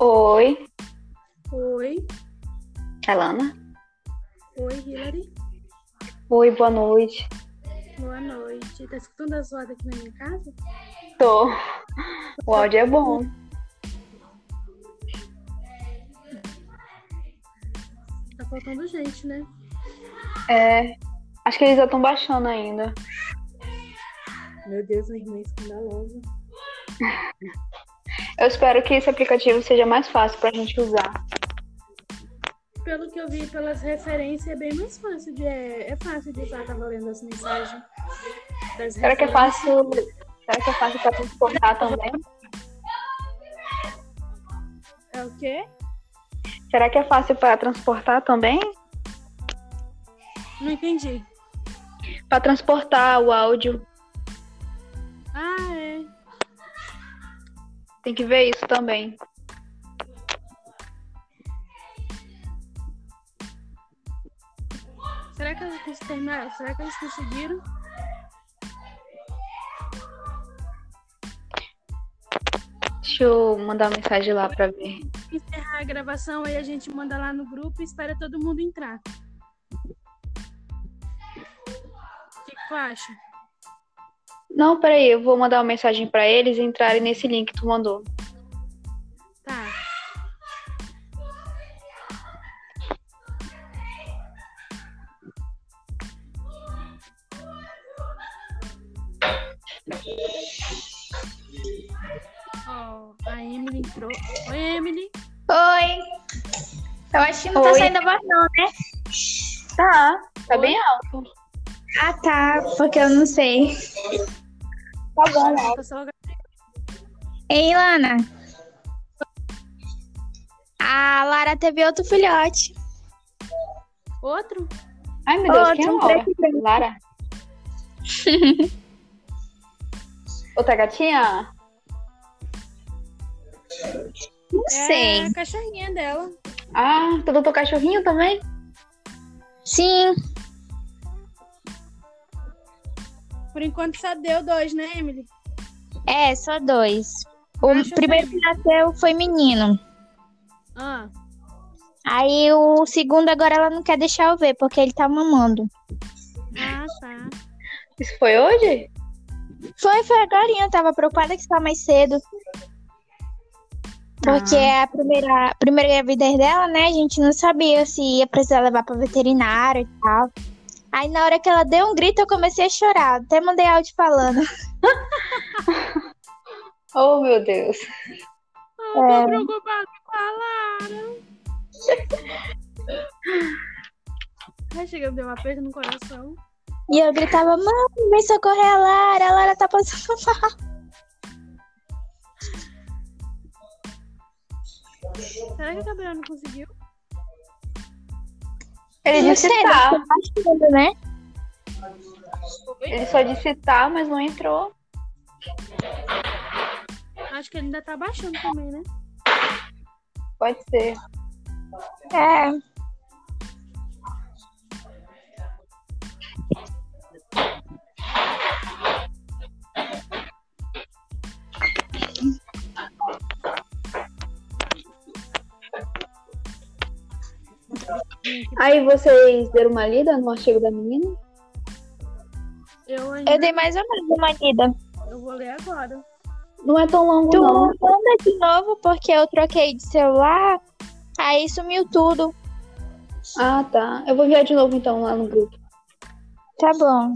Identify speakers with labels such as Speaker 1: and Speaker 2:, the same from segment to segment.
Speaker 1: Oi,
Speaker 2: Oi.
Speaker 1: Alana.
Speaker 2: Oi, Hilary.
Speaker 1: Oi, boa noite.
Speaker 2: Boa noite. Tá escutando a zoada aqui na minha casa?
Speaker 1: Tô. O áudio é bom.
Speaker 2: Tá faltando gente, né?
Speaker 1: É. Acho que eles já estão baixando ainda.
Speaker 2: Meu Deus, minha irmã é escandalosa.
Speaker 1: Eu espero que esse aplicativo seja mais fácil pra gente usar.
Speaker 2: Pelo que eu vi pelas referências, é bem mais fácil de. É, é fácil de usar, tava lendo as mensagens. das
Speaker 1: Será que é
Speaker 2: referências.
Speaker 1: fácil? Será que é fácil pra transportar também?
Speaker 2: É o quê?
Speaker 1: Será que é fácil pra transportar também?
Speaker 2: Não entendi.
Speaker 1: Pra transportar o áudio,
Speaker 2: Ah, é.
Speaker 1: tem que ver isso também.
Speaker 2: Será que eles terminaram? Será que eles conseguiram?
Speaker 1: Deixa eu mandar uma mensagem lá pra ver.
Speaker 2: Encerrar a gravação aí a gente manda lá no grupo e espera todo mundo entrar. O que que tu acha?
Speaker 1: Não, peraí, eu vou mandar uma mensagem pra eles e entrarem nesse link que tu mandou.
Speaker 2: Tá. Ó, a Emily entrou. Oi, Emily.
Speaker 3: Oi. Eu acho que não tá
Speaker 1: Oi.
Speaker 3: saindo a voz, não, né?
Speaker 1: Tá, tá bem alto.
Speaker 3: Ah, tá. Porque eu não sei.
Speaker 1: Tá bom,
Speaker 2: Tá só-
Speaker 3: Hein, Lana? A Lara teve outro filhote.
Speaker 2: Outro?
Speaker 1: Ai, meu Deus,
Speaker 3: Ó,
Speaker 1: quem é
Speaker 3: tem um
Speaker 1: Laura?
Speaker 3: preto e branco.
Speaker 1: Lara? Outra gatinha?
Speaker 3: Não
Speaker 2: É
Speaker 3: sei.
Speaker 2: a cachorrinha dela.
Speaker 1: Ah, tu adotou cachorrinho também?
Speaker 3: Sim.
Speaker 2: Por enquanto só deu dois, né, Emily?
Speaker 3: É, só dois. O
Speaker 2: Acho que
Speaker 3: primeiro que nasceu foi menino.
Speaker 2: Ah,
Speaker 3: Aí o segundo agora ela não quer deixar eu ver, porque ele tá mamando.
Speaker 2: ah tá.
Speaker 1: Isso foi hoje?
Speaker 3: Foi, foi agora. Eu tava preocupada que estava mais cedo.
Speaker 1: Ah.
Speaker 3: Porque é a primeira, a primeira gravidez dela, né? A gente não sabia se ia precisar levar pra veterinário e tal. Aí na hora que ela deu um grito, eu comecei a chorar. Até mandei áudio falando.
Speaker 1: Oh, meu Deus.
Speaker 2: Eu tô preocupada com a Lara. Ai, chega, me deu uma aperto no coração.
Speaker 3: E eu gritava, mãe, vem socorrer a Lara, a Lara tá passando mal.
Speaker 2: Será que a Gabriela não conseguiu?
Speaker 1: Ele disse tá.
Speaker 3: tá baixando, né?
Speaker 1: Ele só disse tá, mas não entrou.
Speaker 2: Acho que ele ainda tá baixando também, né?
Speaker 1: Pode ser.
Speaker 3: É.
Speaker 1: Aí vocês deram uma lida no artigo da menina?
Speaker 2: Eu ainda.
Speaker 3: Eu dei mais ou menos uma lida.
Speaker 2: Eu vou ler agora.
Speaker 1: Não é tão longo,
Speaker 3: Tu
Speaker 1: não.
Speaker 3: manda de novo, porque eu troquei de celular, aí sumiu tudo.
Speaker 1: Ah, tá. Eu vou enviar de novo então lá no grupo.
Speaker 3: Tá bom.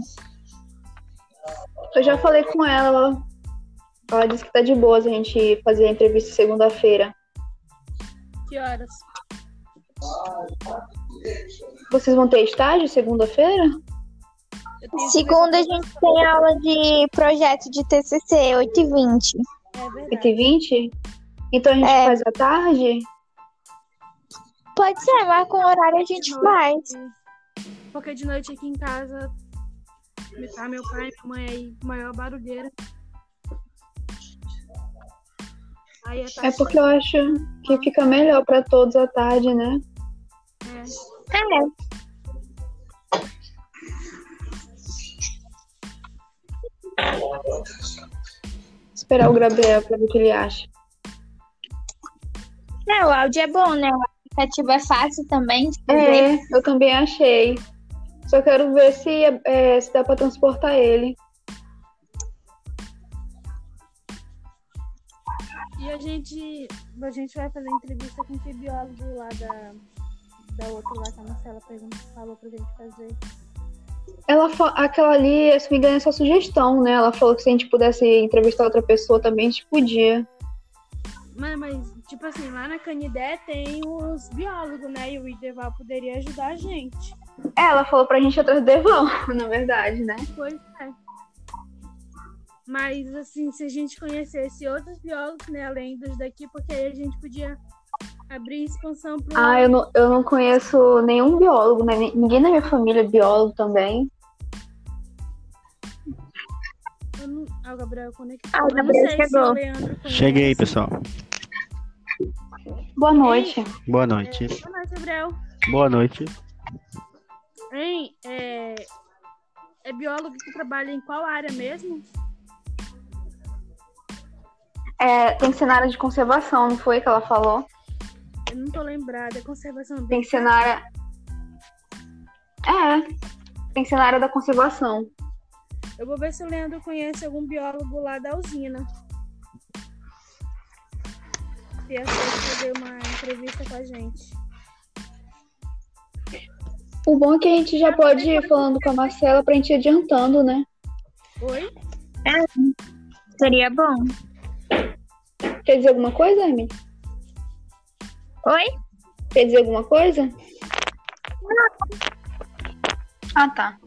Speaker 1: Eu já falei com ela, ela, ela disse que tá de boas a gente fazer a entrevista segunda-feira.
Speaker 2: Que horas?
Speaker 1: Vocês vão ter estágio segunda-feira?
Speaker 2: Eu tenho que
Speaker 3: Segunda a
Speaker 2: ver-
Speaker 3: gente tem aula de projeto de TCC, 8h20.
Speaker 2: É verdade.
Speaker 1: 8h20? Então a gente
Speaker 3: É.
Speaker 1: faz à tarde?
Speaker 3: Pode ser, marca um horário a gente faz.
Speaker 2: Porque de noite aqui em casa tá meu pai e minha mãe aí, maior barulheira. Aí é
Speaker 1: É
Speaker 2: tarde.
Speaker 1: porque eu acho que fica melhor pra todos à tarde, né?
Speaker 2: É.
Speaker 3: É,
Speaker 1: Esperar o Gabriel pra ver o que ele acha.
Speaker 3: É, o áudio é bom, né? O aplicativo é fácil também. de fazer.
Speaker 1: É, eu também achei. Só quero ver se, é, se dá pra transportar ele.
Speaker 2: E a gente, a gente vai fazer entrevista com o biólogo lá da, da outra lá que a Marcela perguntou, falou pra gente fazer.
Speaker 1: Ela, fa- aquela ali, se não me engano, é só sugestão, né? Ela falou que se a gente pudesse entrevistar outra pessoa também, a gente podia.
Speaker 2: Mas, mas, tipo assim, lá na Canidé tem os biólogos, né? E o Ideval poderia ajudar a gente.
Speaker 1: É, Ela falou pra gente ir atrás do Devão, na verdade, né?
Speaker 2: Pois é. Mas, assim, se a gente conhecesse outros biólogos, né? Além dos daqui, porque aí a gente podia abrir expansão pro...
Speaker 1: Ah, eu não, eu não conheço nenhum biólogo, né? Ni- Ninguém da minha família é biólogo também.
Speaker 2: eu não... Ah, o Gabriel conectou.
Speaker 3: Ah, o
Speaker 2: Eu não
Speaker 3: Gabriel
Speaker 2: sei se
Speaker 3: chegou.
Speaker 2: o Leandro conhece.
Speaker 4: Cheguei, pessoal.
Speaker 1: Boa noite.
Speaker 4: Boa noite.
Speaker 2: Boa noite, Gabriel.
Speaker 4: Boa noite.
Speaker 2: Hein? É... é biólogo que trabalha em qual área mesmo?
Speaker 1: É, tem que ser na área de conservação, não foi que ela falou?
Speaker 2: Eu não tô lembrada. É conservação
Speaker 1: Tem que ser na área. É. Tem que ser na área da conservação.
Speaker 2: Eu vou ver se o Leandro conhece algum biólogo lá da usina. Se aceita fazer uma entrevista com a gente.
Speaker 1: O bom é que a gente já pode ir falando com a Marcela pra gente ir adiantando, né?
Speaker 2: Oi?
Speaker 3: Seria é bom.
Speaker 1: Quer dizer alguma coisa, Hermine?
Speaker 3: Oi?
Speaker 1: Quer dizer alguma coisa? Ah, tá.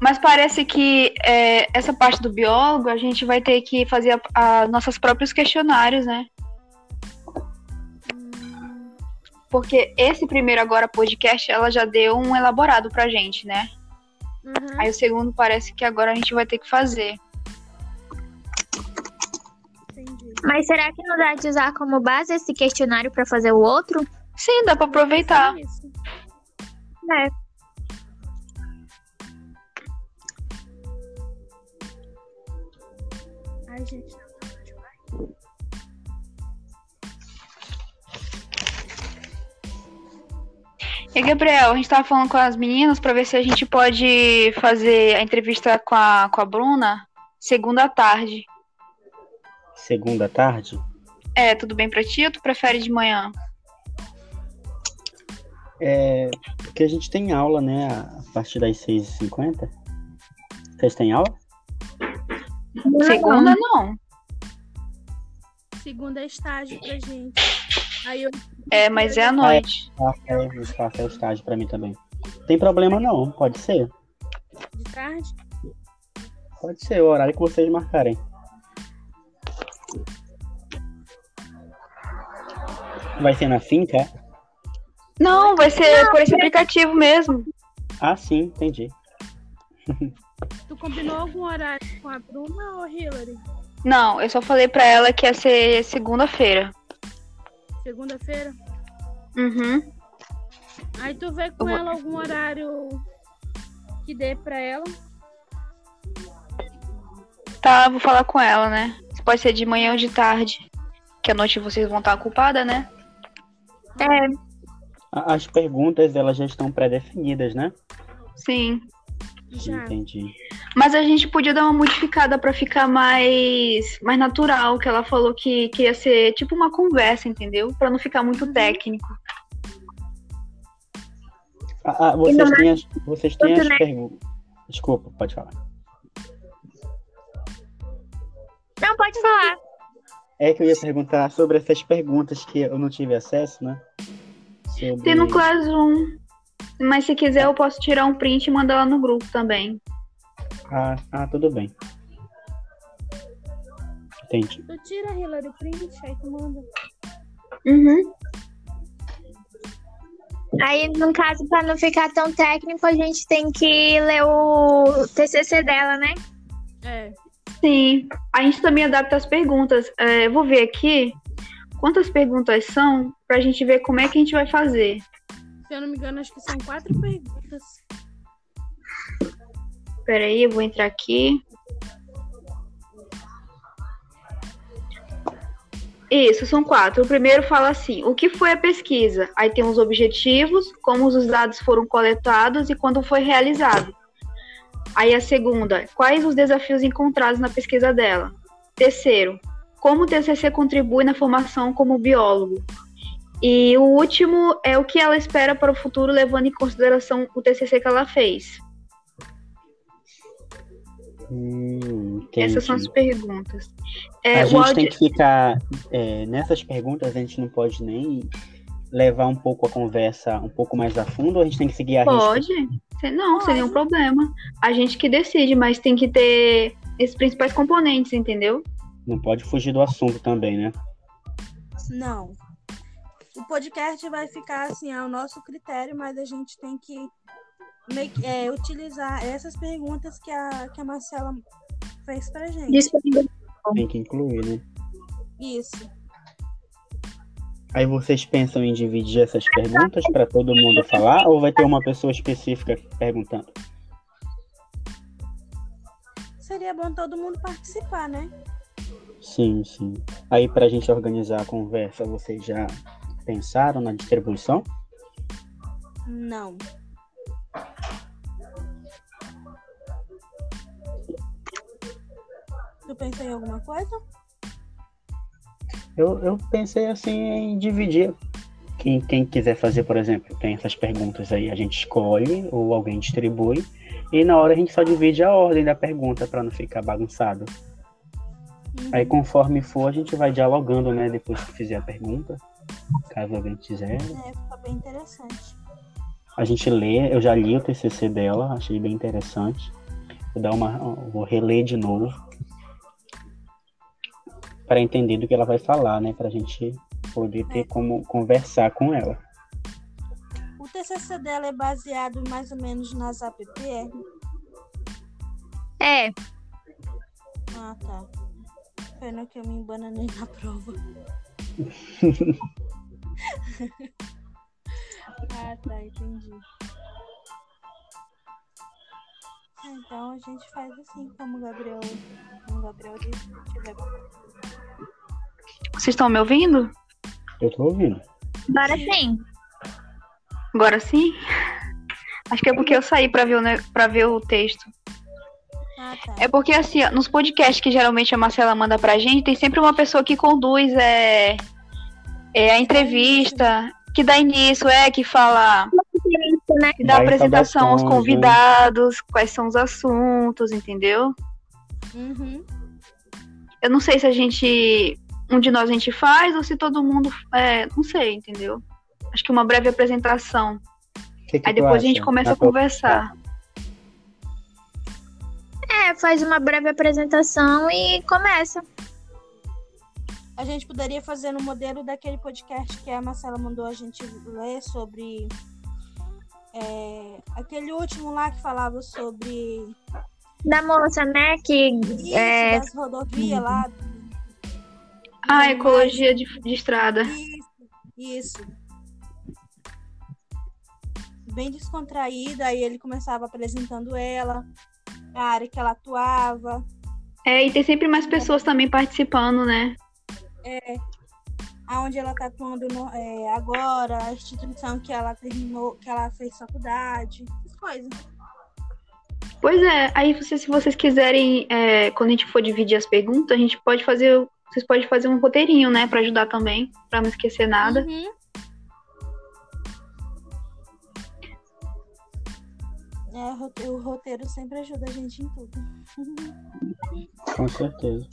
Speaker 1: Mas parece que é, essa parte do biólogo a gente vai ter que fazer a, a- nossos próprios questionários, né? Porque esse primeiro agora podcast ela já deu um elaborado pra gente, né?
Speaker 2: Uhum.
Speaker 1: Aí o segundo parece que agora a gente vai ter que fazer.
Speaker 2: Entendi.
Speaker 3: Mas será que não dá de usar como base esse questionário pra fazer o outro?
Speaker 1: Sim, dá pra aproveitar.
Speaker 2: É isso.
Speaker 3: É.
Speaker 2: Ai, gente. não.
Speaker 1: E Gabriel, a gente tava falando com as meninas pra ver se a gente pode fazer a entrevista com a, com a Bruna segunda à tarde.
Speaker 4: Segunda tarde?
Speaker 1: É, tudo bem pra ti ou tu prefere de manhã?
Speaker 4: É. Porque a gente tem aula, né? A partir das 6h50. Vocês têm aula?
Speaker 1: segunda não.
Speaker 2: Segunda é estágio pra gente. Aí eu
Speaker 1: É, mas é à noite.
Speaker 4: Ah, é, mas faça o estágio pra mim também. Tem problema não, pode ser.
Speaker 2: de tarde.
Speaker 4: Pode ser, o horário que vocês marcarem. Vai ser na finca? é?
Speaker 1: Não, vai ser por esse aplicativo mesmo.
Speaker 4: Ah, sim, entendi.
Speaker 2: Tu combinou algum horário com a Bruna ou Hillary?
Speaker 1: Não, eu só falei pra ela que ia ser segunda-feira.
Speaker 2: Segunda-feira?
Speaker 1: Uhum.
Speaker 2: Aí tu vê
Speaker 1: Eu
Speaker 2: com
Speaker 1: vou-
Speaker 2: ela algum horário que dê pra ela.
Speaker 1: Tá, vou falar com ela, né? Se pode ser de manhã ou de tarde. Que à noite vocês vão estar ocupada, né?
Speaker 4: A- As perguntas, elas já estão pré-definidas, né?
Speaker 1: Sim.
Speaker 2: Já.
Speaker 4: Entendi.
Speaker 1: Mas a gente podia dar uma modificada pra ficar mais mais natural, que ela falou que queria ser tipo uma conversa, entendeu? Pra não ficar muito técnico.
Speaker 4: Ah, ah, vocês
Speaker 3: Ainda
Speaker 4: têm as, vocês têm
Speaker 3: Tanto,
Speaker 4: as
Speaker 3: né?
Speaker 4: perguntas. Desculpa, pode falar.
Speaker 3: Não, pode falar.
Speaker 4: É que eu ia perguntar sobre essas perguntas que eu não tive acesso, né? Sobre...
Speaker 1: Tem no Classroom. Mas se quiser, eu posso tirar um print e mandar lá no grupo também.
Speaker 4: ah, ah, tudo bem. Entendi.
Speaker 2: Tu tira a Hillary print, aí tu manda.
Speaker 1: Uhum.
Speaker 3: Aí, no caso, pra não ficar tão técnico, a gente tem que ler o TCC dela, né?
Speaker 2: É.
Speaker 1: Sim. A gente também adapta as perguntas. É, eu vou ver aqui quantas perguntas são pra gente ver como é que a gente vai fazer.
Speaker 2: Se eu não me engano, acho que são quatro perguntas.
Speaker 1: Peraí, eu vou entrar aqui. Isso, são quatro. O primeiro fala assim: o que foi a pesquisa? Aí tem os objetivos, como os dados foram coletados e quando foi realizado. Aí a segunda: quais os desafios encontrados na pesquisa dela? Terceiro: como o TCC contribui na formação como biólogo? E o último é o que ela espera para o futuro, levando em consideração o TCC que ela fez.
Speaker 4: Hum,
Speaker 1: Essas são
Speaker 4: entendi.
Speaker 1: as perguntas. É,
Speaker 4: a
Speaker 1: o
Speaker 4: gente
Speaker 1: áudio-
Speaker 4: tem que ficar. é, nessas perguntas, a gente não pode nem levar um pouco a conversa um pouco mais a fundo, ou a gente tem que seguir a risca?
Speaker 1: Pode. Se- Não, sem nenhum problema. A gente que decide, mas tem que ter esses principais componentes, entendeu?
Speaker 4: Não pode fugir do assunto também, né?
Speaker 5: Não. O podcast vai ficar assim ao nosso critério, mas a gente tem que meio que, é, utilizar essas perguntas que a, que a Marcela fez pra gente.
Speaker 3: Disponível.
Speaker 4: Tem que incluir, né?
Speaker 5: Isso.
Speaker 4: Aí vocês pensam em dividir essas perguntas para todo mundo falar, ou vai ter uma pessoa específica perguntando?
Speaker 5: Seria bom todo mundo participar, né?
Speaker 4: Sim, sim. Aí pra gente organizar a conversa, vocês já pensaram na distribuição?
Speaker 5: Não. Tu pensou em alguma coisa?
Speaker 4: Eu, eu pensei assim em dividir. Quem, quem quiser fazer, por exemplo, tem essas perguntas aí, a gente escolhe ou alguém distribui. E na hora a gente só divide a ordem da pergunta para não ficar bagunçado. Aí conforme for, a gente vai dialogando, né? Depois que fizer a pergunta, caso alguém quiser.
Speaker 5: É, fica bem interessante.
Speaker 4: A gente lê, eu já li o TCC dela, achei bem interessante. Vou dar uma, vou reler de novo para entender do que ela vai falar, né? Para a gente poder ter como conversar com ela.
Speaker 5: O TCC dela é baseado mais ou menos nas app? é?
Speaker 3: É,
Speaker 5: Ah, tá. Pena que eu me embananei na prova. ah, tá, entendi. Ah, Então a gente faz assim, como o Gabriel, como o Gabriel disse. Deixa eu ver.
Speaker 1: Vocês estão me ouvindo?
Speaker 4: Eu tô ouvindo.
Speaker 3: agora sim.
Speaker 1: Agora sim? Acho que é porque eu saí para ver, o ne- pra ver o texto.
Speaker 5: Ah, tá.
Speaker 1: É porque, assim, ó, nos podcasts que geralmente a Marcela manda pra gente, tem sempre uma pessoa que conduz é, é, a entrevista, que dá início, é, que fala, que dá
Speaker 4: Dá
Speaker 1: apresentação aos
Speaker 4: saudações, né?
Speaker 1: convidados, quais são os assuntos, entendeu?
Speaker 5: Uhum.
Speaker 1: Eu não sei se a gente. Um de nós a gente faz ou se todo mundo. é, não sei, entendeu? Acho que uma breve apresentação.
Speaker 4: O que que
Speaker 1: Aí
Speaker 4: tu
Speaker 1: depois a
Speaker 4: acha? Tá
Speaker 1: gente começa a
Speaker 4: Na tua-
Speaker 1: conversar.
Speaker 3: É, faz uma breve apresentação e começa.
Speaker 5: A gente poderia fazer no modelo daquele podcast que a Marcela mandou a gente ler sobre. é, aquele último lá que falava sobre
Speaker 3: Da moça, né? Que
Speaker 5: Isso,
Speaker 3: É.
Speaker 5: das rodovias lá. do-
Speaker 1: Ah, ecologia de, de estrada.
Speaker 5: Isso, isso. Bem descontraída, aí ele começava apresentando ela, a área que ela atuava.
Speaker 1: É, e tem sempre mais pessoas também participando, né?
Speaker 5: Aonde ela tá atuando no- é, agora, a instituição que ela terminou, que ela fez faculdade, essas coisas.
Speaker 1: Pois é, aí você, se vocês quiserem, é, quando a gente for dividir as perguntas, a gente pode fazer. o- Vocês podem fazer um roteirinho, né? Pra ajudar também, pra não esquecer nada.
Speaker 5: Uhum. É, o rote- o roteiro sempre ajuda a gente em tudo.
Speaker 4: Com certeza.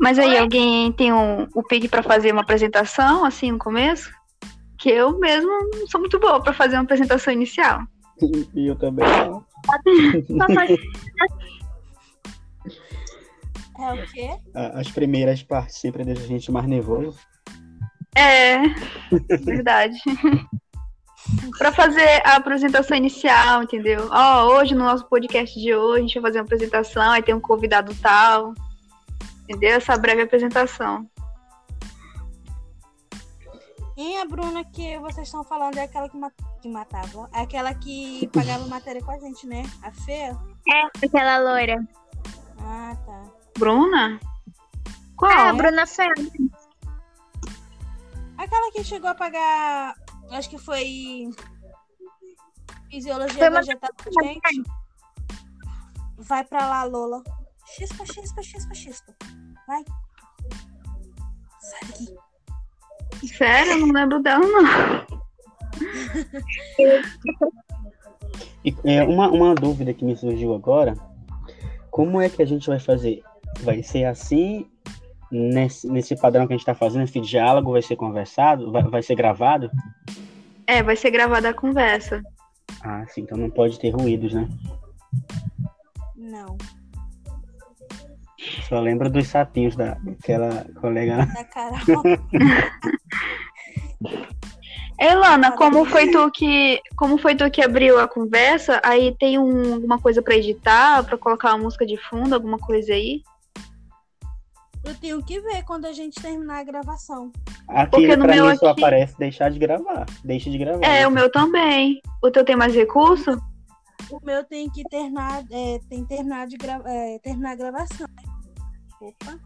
Speaker 1: Mas aí, alguém tem um, o pique pra fazer uma apresentação, assim, no começo? Que eu mesmo não sou muito boa pra fazer uma apresentação inicial.
Speaker 4: E eu também. não.
Speaker 3: só faz-
Speaker 5: É o quê?
Speaker 4: A- As primeiras partes sempre deixam a gente mais nervoso.
Speaker 1: É, verdade. Pra fazer a apresentação inicial, entendeu? Ó, hoje, no nosso podcast de hoje, a gente vai fazer uma apresentação, aí tem um convidado tal. Entendeu? Essa breve apresentação.
Speaker 5: E a Bruna que vocês estão falando é aquela que, ma- que matava. É aquela que pagava matéria com a gente, né? A Fê?
Speaker 3: aquela loira.
Speaker 5: Ah, tá.
Speaker 1: Bruna? Qual?
Speaker 3: Ah, Bruna Ferro.
Speaker 5: Aquela que chegou a pagar, acho que foi fisiologia
Speaker 3: Foi uma
Speaker 5: vegetal pra gente. Vai pra lá, Lola. Chispa, chispa, chispa, chispa. Vai. Sai daqui.
Speaker 1: Sério, eu não lembro dela, não.
Speaker 4: E é, uma, uma dúvida que me surgiu agora: como é que a gente vai fazer? Vai ser assim, nesse, nesse padrão que a gente está fazendo, esse diálogo vai ser conversado? Vai, vai ser gravado?
Speaker 1: É, vai ser gravada a conversa.
Speaker 4: Ah, sim, então não pode ter ruídos, né?
Speaker 5: Não.
Speaker 4: Só lembra dos sapinhos da, daquela colega lá.
Speaker 5: Da Carol.
Speaker 1: Elana, como foi tu que como foi tu que abriu a conversa? Aí tem um- alguma coisa pra editar, pra colocar uma música de fundo, alguma coisa aí?
Speaker 5: Eu tenho que ver quando a gente terminar a gravação.
Speaker 4: Aqui,
Speaker 1: no
Speaker 4: pra mim,
Speaker 1: meu
Speaker 4: só
Speaker 1: aqui-
Speaker 4: aparece deixar de gravar. Deixa de gravar.
Speaker 1: É,
Speaker 4: né?
Speaker 1: o meu também. O teu tem mais recurso?
Speaker 5: O meu tem que terminar, é, tem que terminar de gra- é, terminar a gravação. né? Opa.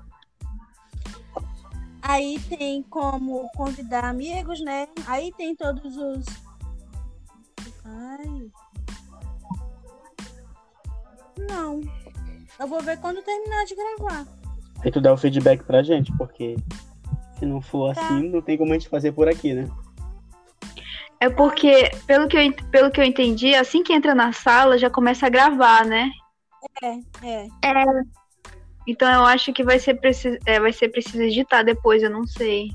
Speaker 5: Aí tem como convidar amigos, né? Aí tem todos os. Ai. Não. Eu vou ver quando terminar de gravar.
Speaker 4: E tu dá o feedback pra gente, porque se não for
Speaker 5: Tá.
Speaker 4: assim, não tem como a gente fazer por aqui, né?
Speaker 1: É porque, pelo que, eu, ent- pelo que eu entendi, assim que entra na sala, já começa a gravar, né?
Speaker 5: É.
Speaker 1: Então eu acho que vai ser preciso, é, vai ser preciso editar depois, eu não sei.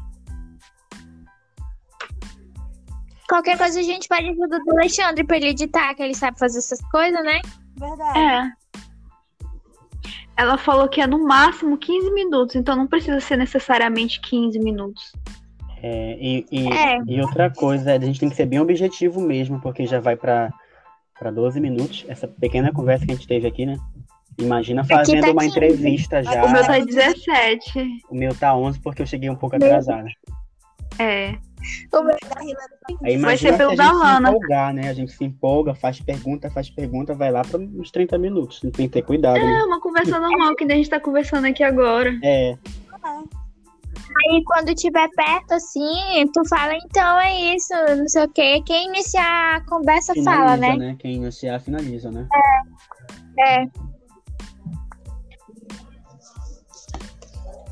Speaker 3: Qualquer coisa a gente pode ajudar do Alexandre pra ele editar, que ele sabe fazer essas coisas, né?
Speaker 5: Verdade.
Speaker 1: É. Ela falou que é no máximo 15 minutos, então não precisa ser necessariamente 15 minutos.
Speaker 4: É, e, e,
Speaker 3: É.
Speaker 4: e outra coisa, a gente tem que ser bem objetivo mesmo, porque já vai pra, pra 12 minutos, essa pequena conversa que a gente teve aqui, né? Imagina fazendo
Speaker 3: tá
Speaker 4: uma
Speaker 3: 15.
Speaker 4: entrevista já.
Speaker 1: O meu tá 17.
Speaker 4: O meu tá 11 porque eu cheguei um pouco atrasada.
Speaker 1: É.
Speaker 5: Da Hilary
Speaker 4: Aí
Speaker 1: Vai
Speaker 4: imagina
Speaker 1: ser pelo
Speaker 4: se a
Speaker 1: da
Speaker 4: gente
Speaker 1: Lana.
Speaker 4: se empolgar, né? A gente se empolga, faz pergunta, faz pergunta, vai lá pra uns 30 minutos. Tem que ter cuidado, né?
Speaker 1: É uma conversa normal que nem a gente tá conversando aqui agora.
Speaker 4: É,
Speaker 3: Aí quando tiver perto, assim, tu fala, então é isso, não sei o quê. Quem iniciar a conversa fala,
Speaker 4: finaliza,
Speaker 3: né?
Speaker 4: né? Quem iniciar, finaliza, né?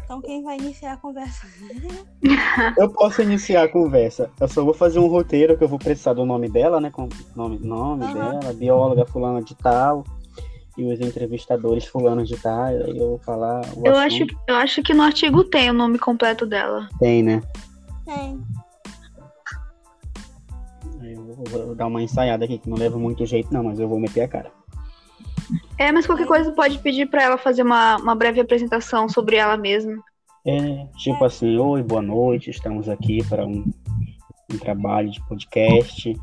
Speaker 5: Então quem vai iniciar a conversa?
Speaker 4: Eu posso iniciar a conversa. Eu só vou fazer um roteiro que eu vou precisar do nome dela, né? Com nome, nome
Speaker 5: Aham.
Speaker 4: dela, bióloga fulana de tal. E os entrevistadores fulano de tal. Aí eu vou falar o
Speaker 1: Eu acho,
Speaker 4: assunto.
Speaker 1: eu acho que no artigo tem o nome completo dela.
Speaker 4: Tem, né?
Speaker 5: Tem.
Speaker 4: Aí eu vou, vou dar uma ensaiada aqui, que não leva muito jeito não, mas eu vou meter a cara.
Speaker 1: É, mas qualquer coisa pode pedir pra ela fazer uma, uma breve apresentação sobre ela mesma.
Speaker 4: É, tipo assim, oi, boa noite, estamos aqui para um, um trabalho de podcast.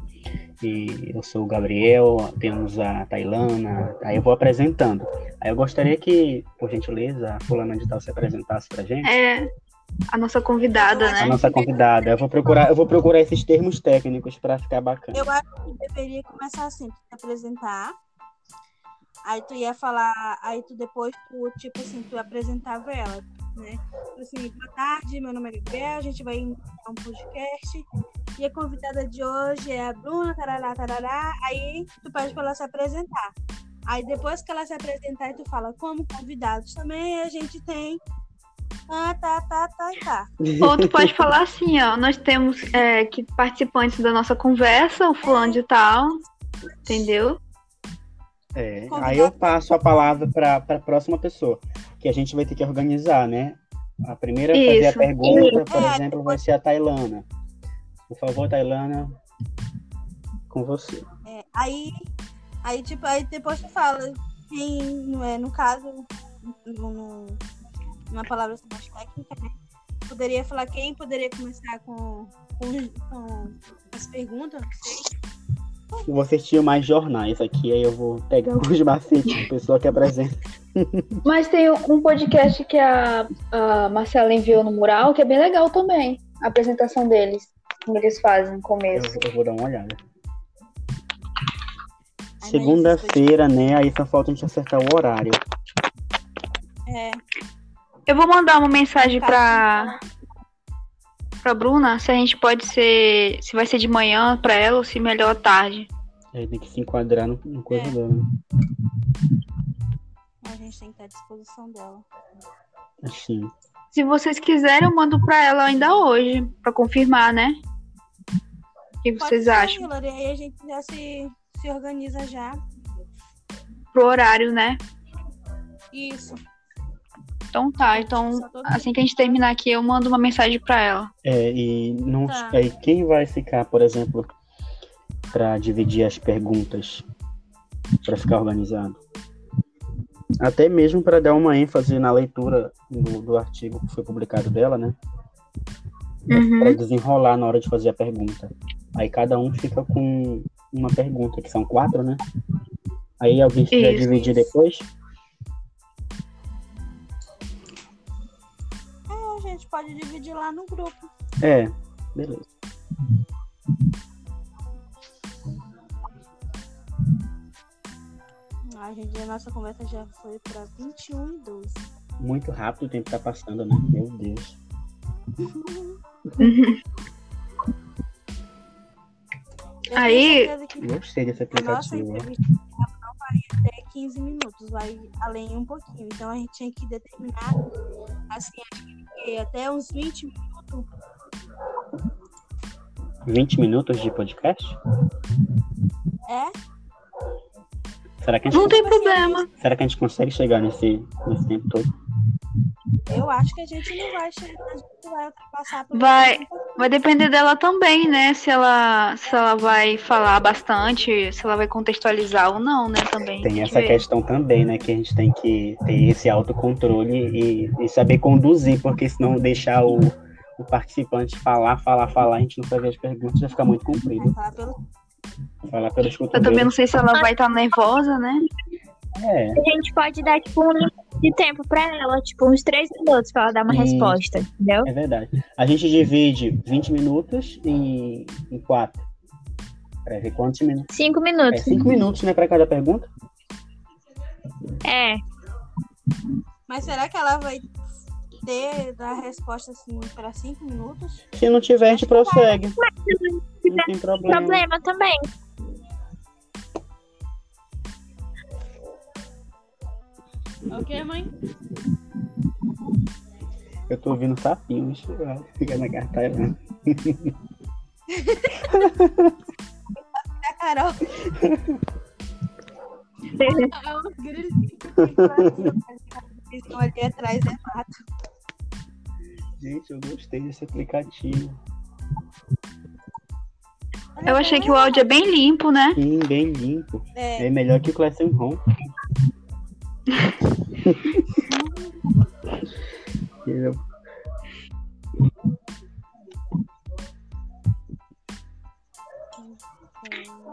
Speaker 4: E eu sou o Gabriel, temos a Tailana, aí eu vou apresentando. Aí eu gostaria que, por gentileza, a fulana de tal se apresentasse pra gente.
Speaker 1: É a nossa convidada,
Speaker 4: A
Speaker 1: né?
Speaker 4: nossa convidada. Eu vou procurar, eu vou procurar esses termos técnicos para ficar bacana.
Speaker 5: Eu acho que deveria começar assim, tu te apresentar. Aí tu ia falar, aí tu depois tu, tipo assim, tu apresentava ela, né? Tipo Assim, boa tarde, meu nome é Gabriel, a gente vai iniciar um podcast. E a convidada de hoje é a Bruna, tarará, tarará. Aí tu pede pra ela se apresentar. Aí depois que ela se apresentar, aí tu fala, como convidados também, a gente tem. Ah, tá, tá, tá, tá.
Speaker 1: Ou tu pode falar assim, ó, nós temos é, que participantes da nossa conversa, o fulano de tal, entendeu?
Speaker 4: É,
Speaker 5: Convidado.
Speaker 4: aí eu passo a palavra para a próxima pessoa, que a gente vai ter que organizar, né? A primeira a fazer a
Speaker 1: Isso.
Speaker 4: pergunta, por
Speaker 5: É,
Speaker 4: exemplo, vai ser a Tailana. Por favor, Tailana, com você.
Speaker 5: Aí, aí, tipo, aí depois tu fala quem, não é, no caso, no- no- numa palavra assim mais técnica, né? Poderia falar quem poderia começar com, com, com as perguntas, não sei.
Speaker 4: Vocês tinham mais jornais aqui, aí eu vou pegar os macetes do pessoal que apresenta.
Speaker 1: Mas tem um podcast que a, a Marcela enviou no mural, que é bem legal também. A apresentação deles, como eles fazem no
Speaker 4: Eu,
Speaker 1: começo.
Speaker 4: eu vou dar uma olhada.
Speaker 5: mas
Speaker 4: Segunda-feira, né? Aí só falta a gente acertar o horário.
Speaker 5: É.
Speaker 1: Eu vou mandar uma mensagem pra, pra Bruna se a gente pode ser. Se vai ser de manhã pra ela ou se melhor à tarde.
Speaker 4: Aí tem que se enquadrar no, no coisa
Speaker 5: É.
Speaker 4: dela. né?
Speaker 5: A gente tem que estar à disposição dela.
Speaker 4: Assim.
Speaker 1: Se vocês quiserem, eu mando pra ela ainda hoje, pra confirmar, né? O que
Speaker 5: Pode
Speaker 1: vocês
Speaker 5: ser,
Speaker 1: acham?
Speaker 5: Hilary, aí a gente já se, se organiza já.
Speaker 1: Pro horário, né?
Speaker 5: Isso.
Speaker 1: Então tá, então
Speaker 5: Só tô-
Speaker 1: assim que a gente terminar aqui, eu mando uma mensagem pra ela.
Speaker 4: É, e não,
Speaker 5: Tá.
Speaker 4: aí quem vai ficar, por exemplo, pra dividir as perguntas, pra ficar organizado? Até mesmo pra dar uma ênfase na leitura do, do artigo que foi publicado dela, né? Pra
Speaker 1: Uhum.
Speaker 4: desenrolar na hora de fazer a pergunta. Aí cada um fica com uma pergunta, que são quatro, né? Aí alguém se quiser
Speaker 1: Isso,
Speaker 4: dividir
Speaker 5: isso.
Speaker 4: depois,
Speaker 5: Então, a gente pode dividir lá no grupo.
Speaker 4: é, beleza.
Speaker 5: A, gente, a nossa conversa já foi pra 21 e 12.
Speaker 4: Muito rápido o tempo tá passando, né? Meu Deus.
Speaker 5: Eu
Speaker 1: Aí-
Speaker 5: tenho certeza que
Speaker 4: Gostei desse
Speaker 5: a nossa
Speaker 4: aplicativo. ó.
Speaker 5: entrevista ela não vai até 15 minutos, vai além um pouquinho. Então a gente tinha que determinar, assim, acho que até uns 20 minutos.
Speaker 4: 20 minutos de podcast?
Speaker 5: É?
Speaker 4: Será que a gente,
Speaker 1: Não tem
Speaker 5: Tipo assim,
Speaker 1: problema.
Speaker 4: será que a gente consegue chegar nesse, nesse tempo todo?
Speaker 5: Eu acho que a gente não vai chegar, a gente vai ultrapassar pelo
Speaker 1: Vai.
Speaker 5: menos um pouquinho.
Speaker 1: Vai depender dela também, né? Se ela, se ela vai falar bastante, se ela vai contextualizar ou não, né? Também.
Speaker 4: Tem
Speaker 1: que
Speaker 4: essa
Speaker 1: ver.
Speaker 4: questão também, né? Que a gente tem que ter esse autocontrole e, e saber conduzir, porque senão deixar o, o participante falar, falar, falar, a gente não vai ver as perguntas, vai ficar muito comprido.
Speaker 5: Vai né? falar pelo.
Speaker 4: Falar pelos
Speaker 1: Eu também não
Speaker 4: cotovelos.
Speaker 1: sei se ela vai estar nervosa, né?
Speaker 4: É,
Speaker 3: A gente pode dar, tipo, um limite de tempo pra ela, tipo, uns três minutos pra ela dar uma
Speaker 4: Isso.
Speaker 3: resposta, entendeu?
Speaker 4: é verdade. A gente divide 20 minutos em, em quatro. Pra ver quantos minutos.
Speaker 3: Cinco
Speaker 4: É
Speaker 3: minutos.
Speaker 4: 5 minutos, né? Pra cada pergunta?
Speaker 3: É.
Speaker 5: Mas será que ela vai ter a resposta assim para 5 minutos?
Speaker 4: Se não tiver, a gente prossegue. Não tem problema.
Speaker 3: Problema também.
Speaker 5: Ok, mãe?
Speaker 4: Eu tô ouvindo sapinho, isso fica na cartaz. né?
Speaker 5: Da Carol.
Speaker 1: Ah,
Speaker 5: É um grito que estão ali atrás é mato.
Speaker 4: Gente, eu gostei desse aplicativo.
Speaker 1: Eu achei que o áudio é bem limpo, né?
Speaker 4: Sim, bem limpo.
Speaker 5: É,
Speaker 4: É melhor que o Classroom Home. Eu-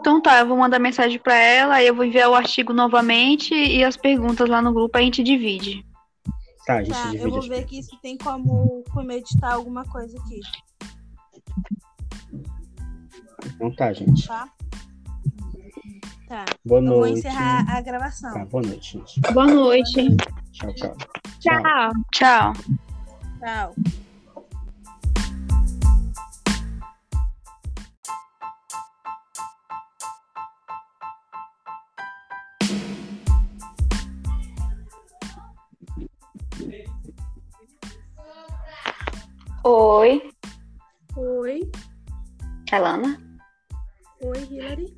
Speaker 1: Então tá, eu vou mandar mensagem pra ela, aí eu vou enviar o artigo novamente e as perguntas lá no grupo a gente divide.
Speaker 4: Tá, a gente
Speaker 5: tá, eu
Speaker 4: divide
Speaker 5: vou
Speaker 4: as
Speaker 5: ver que isso tem como, como editar alguma coisa aqui,
Speaker 4: Então tá, gente.
Speaker 5: tá? Tá.
Speaker 4: Boa
Speaker 5: Eu vou
Speaker 4: noite.
Speaker 5: encerrar a gravação.
Speaker 4: Tá, boa noite, gente.
Speaker 1: Boa noite.
Speaker 4: Tchau, tchau.
Speaker 3: Tchau.
Speaker 1: Tchau.
Speaker 4: Tá.
Speaker 5: Tchau.
Speaker 1: Oi,
Speaker 5: Oi.
Speaker 1: Elana.
Speaker 5: Oi, Hilary.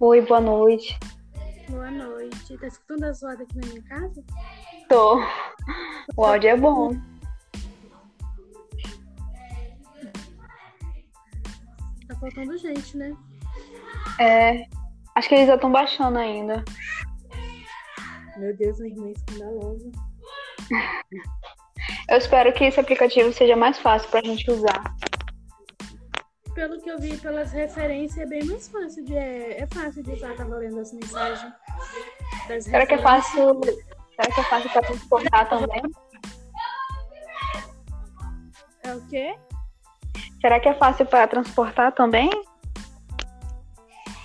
Speaker 1: Oi, boa noite.
Speaker 5: Boa noite. Tá escutando a zoada aqui na minha casa?
Speaker 1: Tô. O áudio é bom.
Speaker 5: Tá faltando gente, né?
Speaker 1: É. Acho que eles já estão baixando ainda.
Speaker 5: Meu Deus, uma irmã escandalosa.
Speaker 1: Eu espero que esse aplicativo seja mais fácil pra gente usar.
Speaker 2: Pelo que eu vi pelas referências, é bem mais fácil de. É, é fácil de usar, tava lendo as mensagens. Das
Speaker 1: Será que é
Speaker 2: referências.
Speaker 1: fácil. Será que é fácil pra transportar também?
Speaker 2: É o quê?
Speaker 1: Será que é fácil pra transportar também?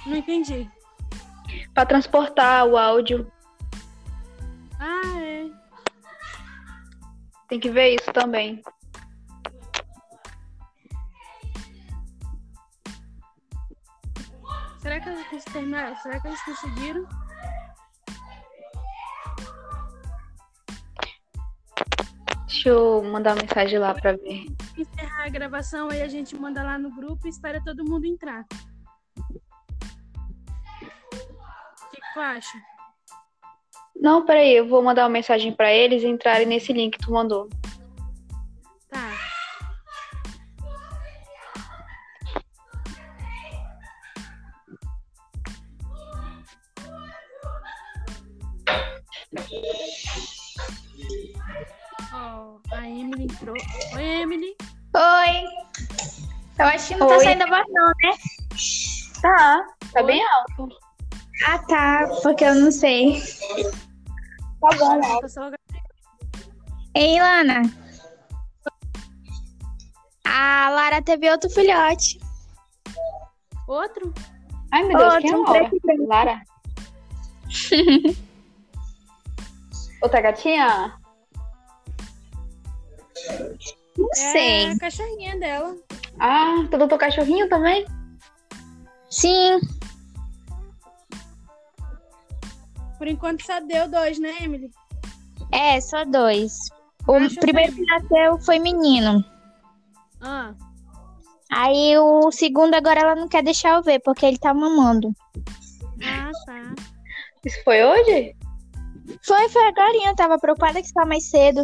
Speaker 2: Não entendi.
Speaker 1: Pra transportar o áudio.
Speaker 2: Ah, é.
Speaker 1: Tem que ver isso também.
Speaker 2: Será que eles terminaram? Será que eles conseguiram?
Speaker 1: Deixa eu mandar uma mensagem lá pra ver.
Speaker 2: Encerrar a gravação aí a gente manda lá no grupo e espera todo mundo entrar. O que, que tu acha?
Speaker 1: Não, peraí, eu vou mandar uma mensagem pra eles entrarem nesse link que tu mandou.
Speaker 2: Tá. Ó, a Emily entrou. Oi, Emily.
Speaker 3: Oi. Eu acho que não tá
Speaker 1: Oi.
Speaker 3: saindo a voz, não, né?
Speaker 1: Tá, tá bem alto.
Speaker 3: Ah, tá. Porque eu não sei. né?
Speaker 1: Tá bom,
Speaker 2: Eu tô só-
Speaker 3: Hein, Lana? A Lara teve outro filhote.
Speaker 2: Outro?
Speaker 1: Ai, meu Deus, quem
Speaker 3: Ó,
Speaker 1: é
Speaker 3: tinha um
Speaker 1: Laura?
Speaker 3: preto e branco.
Speaker 1: Lara? Outra gatinha?
Speaker 3: Não
Speaker 2: É
Speaker 3: sei.
Speaker 2: a cachorrinha dela.
Speaker 1: Ah, tu adotou cachorrinho também?
Speaker 3: Sim.
Speaker 2: Por enquanto só deu dois, né, Emily?
Speaker 3: É, só dois. O
Speaker 2: Acho que
Speaker 3: primeiro que nasceu foi menino.
Speaker 2: Ah,
Speaker 3: Aí o segundo agora ela não quer deixar eu ver, porque ele tá mamando.
Speaker 2: ah tá.
Speaker 1: Isso foi hoje?
Speaker 3: Foi, foi agora, eu tava preocupada que estava mais cedo.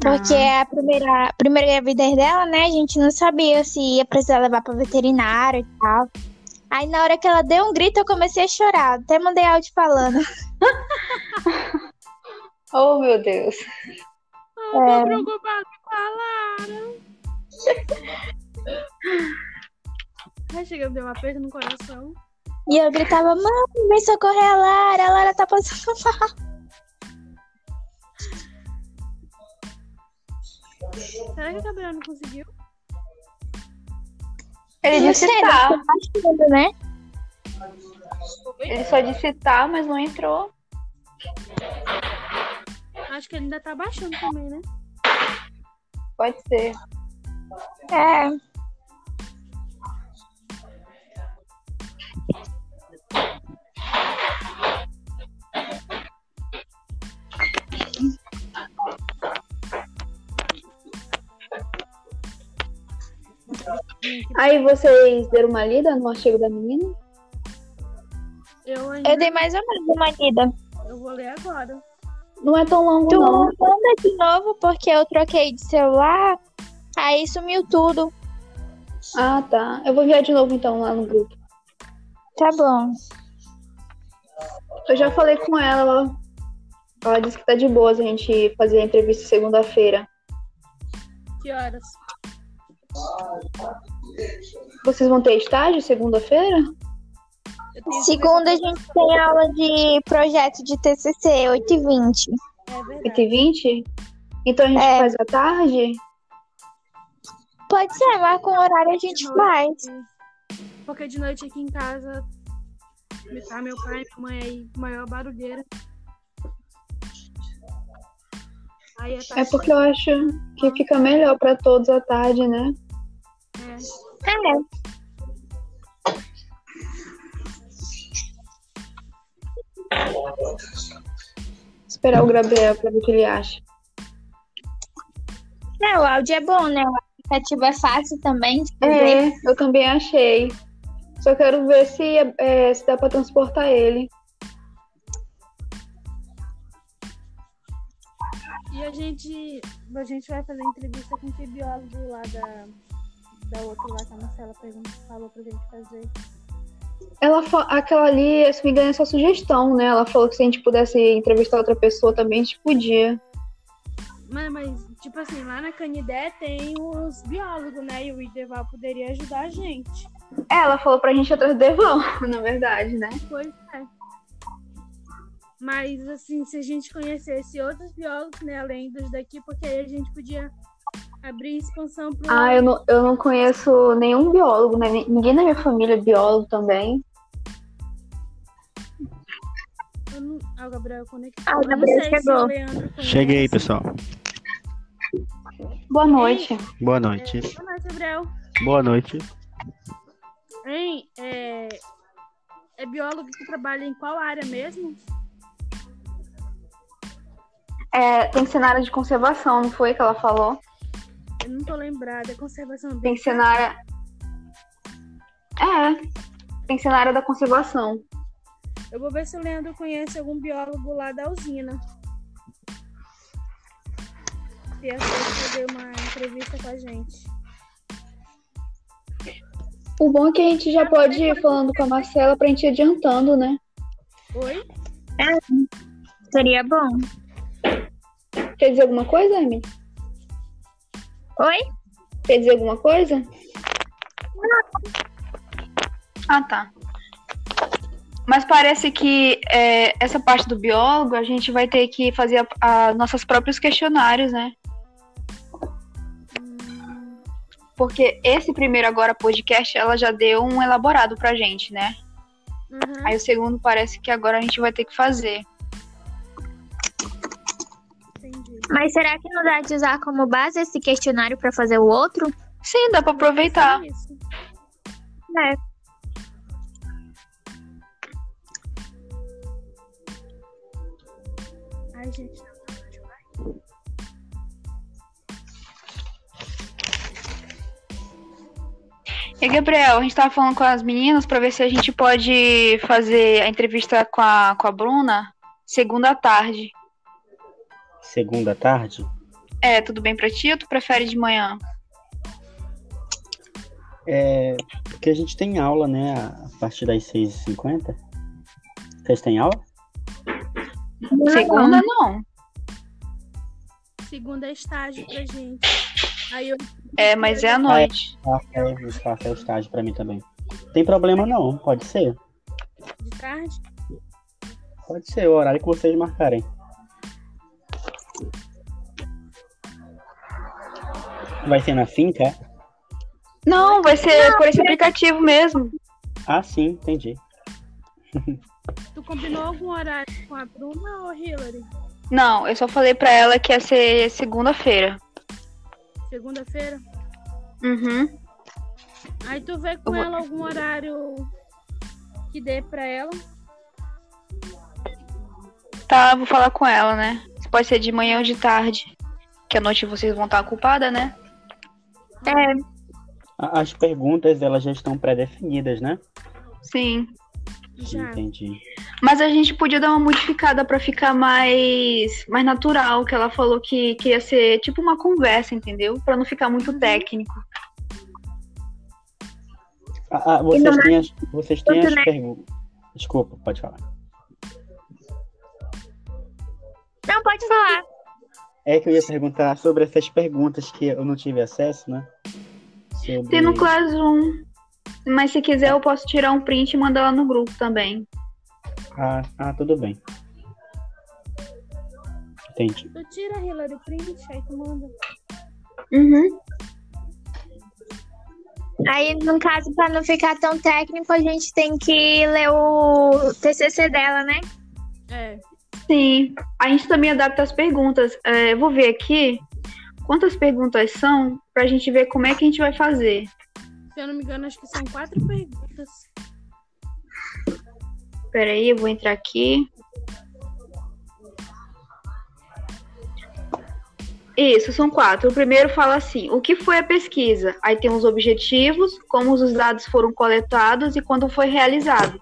Speaker 3: Porque é a primeira, a primeira gravidez dela, né? A gente não sabia se ia precisar levar pra veterinário e tal. Aí na hora que ela deu um grito, eu comecei a chorar. Até mandei áudio falando.
Speaker 1: Oh, meu Deus.
Speaker 2: Eu tô preocupada com a Lara. Ai, chega, deu uma aperto no coração.
Speaker 3: E eu gritava, mãe, vem socorrer a Lara, a Lara tá passando mal.
Speaker 2: Será que o Gabriel não conseguiu?
Speaker 1: Ele
Speaker 3: Não
Speaker 1: disse
Speaker 3: sei,
Speaker 1: tá.
Speaker 3: deve ter batido, né?
Speaker 1: Ele só disse tá, mas não entrou.
Speaker 2: Acho que ele ainda tá baixando também, né?
Speaker 1: Pode ser.
Speaker 3: É.
Speaker 1: Aí vocês deram uma lida no artigo da menina?
Speaker 2: Eu ainda.
Speaker 3: Eu dei mais ou menos uma lida.
Speaker 2: Eu vou ler agora.
Speaker 1: Não é tão longo,
Speaker 3: Tu
Speaker 1: não.
Speaker 3: manda de novo, porque eu troquei de celular, aí sumiu tudo.
Speaker 1: Ah, tá. Eu vou enviar de novo então lá no grupo.
Speaker 3: Tá bom.
Speaker 1: Eu já falei com ela. Ela, ela disse que tá de boa a gente fazer a entrevista segunda-feira.
Speaker 2: Que horas?
Speaker 1: Vocês vão ter estágio segunda-feira?
Speaker 2: Eu tenho que
Speaker 3: Segunda a
Speaker 2: ver-
Speaker 3: gente tem aula de projeto de TCC, 8h20.
Speaker 2: É verdade.
Speaker 1: 8h20? Então a gente
Speaker 3: É.
Speaker 1: faz à tarde?
Speaker 3: Pode ser, marca um horário e a gente faz.
Speaker 2: Porque de noite aqui em casa tá meu pai e minha mãe aí, maior barulheira. Aí é
Speaker 1: É
Speaker 2: tarde.
Speaker 1: porque eu acho que fica melhor pra todos à tarde, né?
Speaker 2: É.
Speaker 3: É,
Speaker 1: Esperar o Gabriel pra ver o que ele acha.
Speaker 3: né, o áudio é bom, né? O aplicativo é fácil também. de fazer.
Speaker 1: É, eu também achei. Só quero ver se, é, se dá pra transportar ele.
Speaker 2: E a gente, a gente vai fazer entrevista com o que biólogo lá da, da outra lá que a Marcela perguntou, falou pra gente fazer.
Speaker 1: Ela, fa- aquela ali, se não me engano, é só sugestão, né? Ela falou que se a gente pudesse entrevistar outra pessoa também, a gente podia.
Speaker 2: Mas, mas, tipo assim, lá na Canidé tem os biólogos, né? E o Ideval poderia ajudar a gente.
Speaker 1: É, Ela falou pra gente ir atrás do Devão, na verdade, né?
Speaker 2: Pois é. Mas, assim, se a gente conhecesse outros biólogos, né? Além dos daqui, porque aí a gente podia abrir expansão pro...
Speaker 1: Ah, eu não, eu não conheço nenhum biólogo, né? Ni- Ninguém na minha família é biólogo também.
Speaker 2: eu não hum, ah, o Gabriel conectou.
Speaker 3: Ah, o
Speaker 2: Eu não
Speaker 3: Gabriel
Speaker 2: sei Se
Speaker 3: chegou.
Speaker 2: o Leandro conhece.
Speaker 6: Cheguei, pessoal.
Speaker 1: Boa noite.
Speaker 6: Boa
Speaker 2: É,
Speaker 6: noite.
Speaker 2: boa noite, Gabriel.
Speaker 6: Boa noite.
Speaker 2: Hein, é, é biólogo que trabalha em qual área mesmo?
Speaker 1: É, tem cenário de conservação, não foi que ela falou?
Speaker 2: Eu não tô lembrada. É conservação
Speaker 1: Tem
Speaker 2: ambiental.
Speaker 1: cenário. É. Tem cenário da conservação.
Speaker 2: Eu vou ver se o Leandro conhece algum biólogo lá da usina. Se é fazer uma entrevista com a gente.
Speaker 1: O bom é que a gente já pode ir falando com a Marcela pra gente ir adiantando, né?
Speaker 2: Oi?
Speaker 3: Seria bom.
Speaker 1: Quer dizer alguma coisa, Amy?
Speaker 3: Oi?
Speaker 1: Quer dizer alguma coisa? Ah, tá. Mas parece que é, essa parte do biólogo a gente vai ter que fazer a, a- nossos próprios questionários, né? Porque esse primeiro agora podcast ela já deu um elaborado pra gente, né?
Speaker 2: Uhum.
Speaker 1: Aí o segundo parece que agora a gente vai ter que fazer.
Speaker 2: Entendi.
Speaker 3: Mas será que não dá de usar como base esse questionário pra fazer o outro?
Speaker 1: Sim, dá pra aproveitar.
Speaker 2: É isso.
Speaker 3: É.
Speaker 2: Ai, gente, tá
Speaker 1: E Gabriel, a gente tava falando com as meninas pra ver se a gente pode fazer a entrevista com a, com a Bruna segunda à tarde.
Speaker 4: Segunda tarde?
Speaker 1: É, tudo bem pra ti ou tu prefere de manhã?
Speaker 4: É, porque a gente tem aula, né? A partir das 6h50. Vocês têm aula?
Speaker 1: segunda não.
Speaker 2: segunda estágio pra gente. Aí eu
Speaker 1: É, mas é à noite.
Speaker 4: Ah, serve, faça o estágio pra mim também. Tem problema não, pode ser.
Speaker 2: de tarde.
Speaker 4: Pode ser, o horário que vocês marcarem. Vai ser na finca? é?
Speaker 1: Não, vai ser por esse aplicativo mesmo.
Speaker 4: Ah, sim, entendi.
Speaker 2: Tu combinou algum horário com a Bruna ou Hillary?
Speaker 1: Não, eu só falei pra ela que ia ser segunda-feira.
Speaker 2: Segunda-feira?
Speaker 1: Uhum.
Speaker 2: Aí tu vê
Speaker 1: Eu
Speaker 2: com
Speaker 1: vou-
Speaker 2: ela algum horário que dê pra ela.
Speaker 1: Tá, vou falar com ela, né? Pode ser de manhã ou de tarde. Que à noite vocês vão estar ocupadas, né?
Speaker 4: A- As perguntas, elas já estão pré-definidas, né?
Speaker 1: Sim.
Speaker 2: Já.
Speaker 4: Entendi.
Speaker 1: Mas a gente podia dar uma modificada pra ficar mais mais natural, que ela falou que queria ser tipo uma conversa, entendeu? Pra não ficar muito técnico.
Speaker 4: Ah, ah, vocês,
Speaker 3: Ainda
Speaker 4: têm as, vocês têm
Speaker 3: Tudo,
Speaker 4: as
Speaker 3: né?
Speaker 4: perguntas. Desculpa, pode falar.
Speaker 3: Não, pode falar.
Speaker 4: É que eu ia perguntar sobre essas perguntas que eu não tive acesso, né? Sobre...
Speaker 1: Tem no Classroom. Mas se quiser eu posso tirar um print e mandar lá no grupo também.
Speaker 4: Ah, ah, tudo bem. Entendi.
Speaker 2: Tu tira a Hillary o print, aí tu manda.
Speaker 1: Uhum.
Speaker 3: Aí, no caso, pra não ficar tão técnico, a gente tem que ler o TCC dela, né?
Speaker 2: É.
Speaker 1: Sim. A gente também adapta as perguntas. É, eu vou ver aqui quantas perguntas são pra gente ver como é que a gente vai fazer.
Speaker 2: Se eu não me engano, acho que são quatro perguntas.
Speaker 1: Peraí, eu vou entrar aqui. Isso, são quatro. O primeiro fala assim: o que foi a pesquisa? Aí tem os objetivos, como os dados foram coletados e quando foi realizado.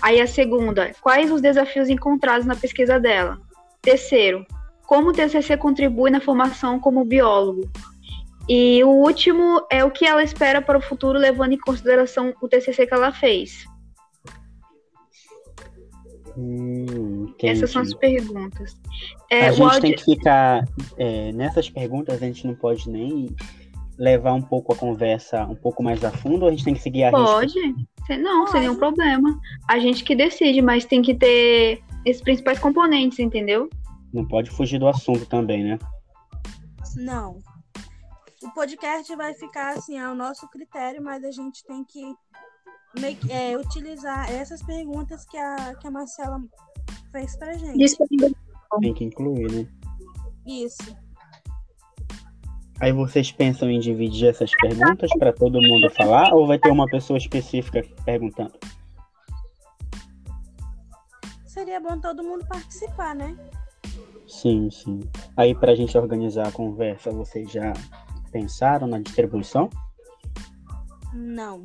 Speaker 1: Aí a segunda: quais os desafios encontrados na pesquisa dela? Terceiro: como o TCC contribui na formação como biólogo? E o último é o que ela espera para o futuro, levando em consideração o TCC que ela fez.
Speaker 4: Hum,
Speaker 1: Essas são as
Speaker 4: entendi.
Speaker 1: perguntas. É,
Speaker 4: a
Speaker 1: o
Speaker 4: gente
Speaker 1: áudio-
Speaker 4: tem que ficar. é, nessas perguntas, a gente não pode nem levar um pouco a conversa um pouco mais a fundo, ou a gente tem que seguir a risca?
Speaker 1: Pode? Se- Não, sem nenhum problema. A gente que decide, mas tem que ter esses principais componentes, entendeu?
Speaker 4: Não pode fugir do assunto também, né?
Speaker 5: Não. O podcast vai ficar assim ao nosso critério, mas a gente tem que meio que, é, utilizar essas perguntas que a, que a Marcela fez pra gente.
Speaker 3: Disponível.
Speaker 4: Tem que incluir, né?
Speaker 5: Isso.
Speaker 4: Aí vocês pensam em dividir essas perguntas para todo mundo falar ou vai ter uma pessoa específica perguntando?
Speaker 5: Seria bom todo mundo participar, né?
Speaker 4: Sim, sim. Aí para a gente organizar a conversa, vocês já pensaram na distribuição?
Speaker 5: Não.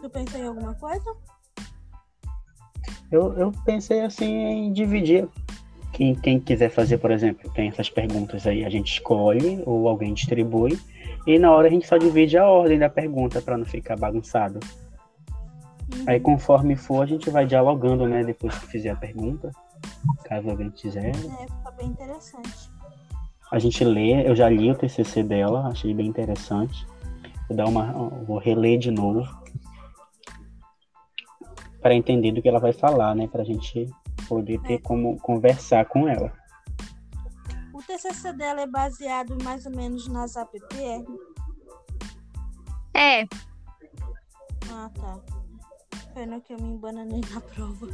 Speaker 5: Tu pensou em alguma coisa?
Speaker 4: Eu, eu pensei assim em dividir. Quem, quem quiser fazer, por exemplo, tem essas perguntas aí, a gente escolhe ou alguém distribui. E na hora a gente só divide a ordem da pergunta para não ficar bagunçado. Aí conforme for, a gente vai dialogando, né? Depois que fizer a pergunta, caso alguém quiser.
Speaker 5: É, fica bem interessante.
Speaker 4: A gente lê, eu já li o TCC dela, achei bem interessante. Vou dar uma, vou reler de novo para entender do que ela vai falar, né? Para a gente poder ter como conversar com ela.
Speaker 5: O TCC dela é baseado mais ou menos nas APPR?
Speaker 3: É,
Speaker 5: Ah, tá. Pena que eu me embananei na prova.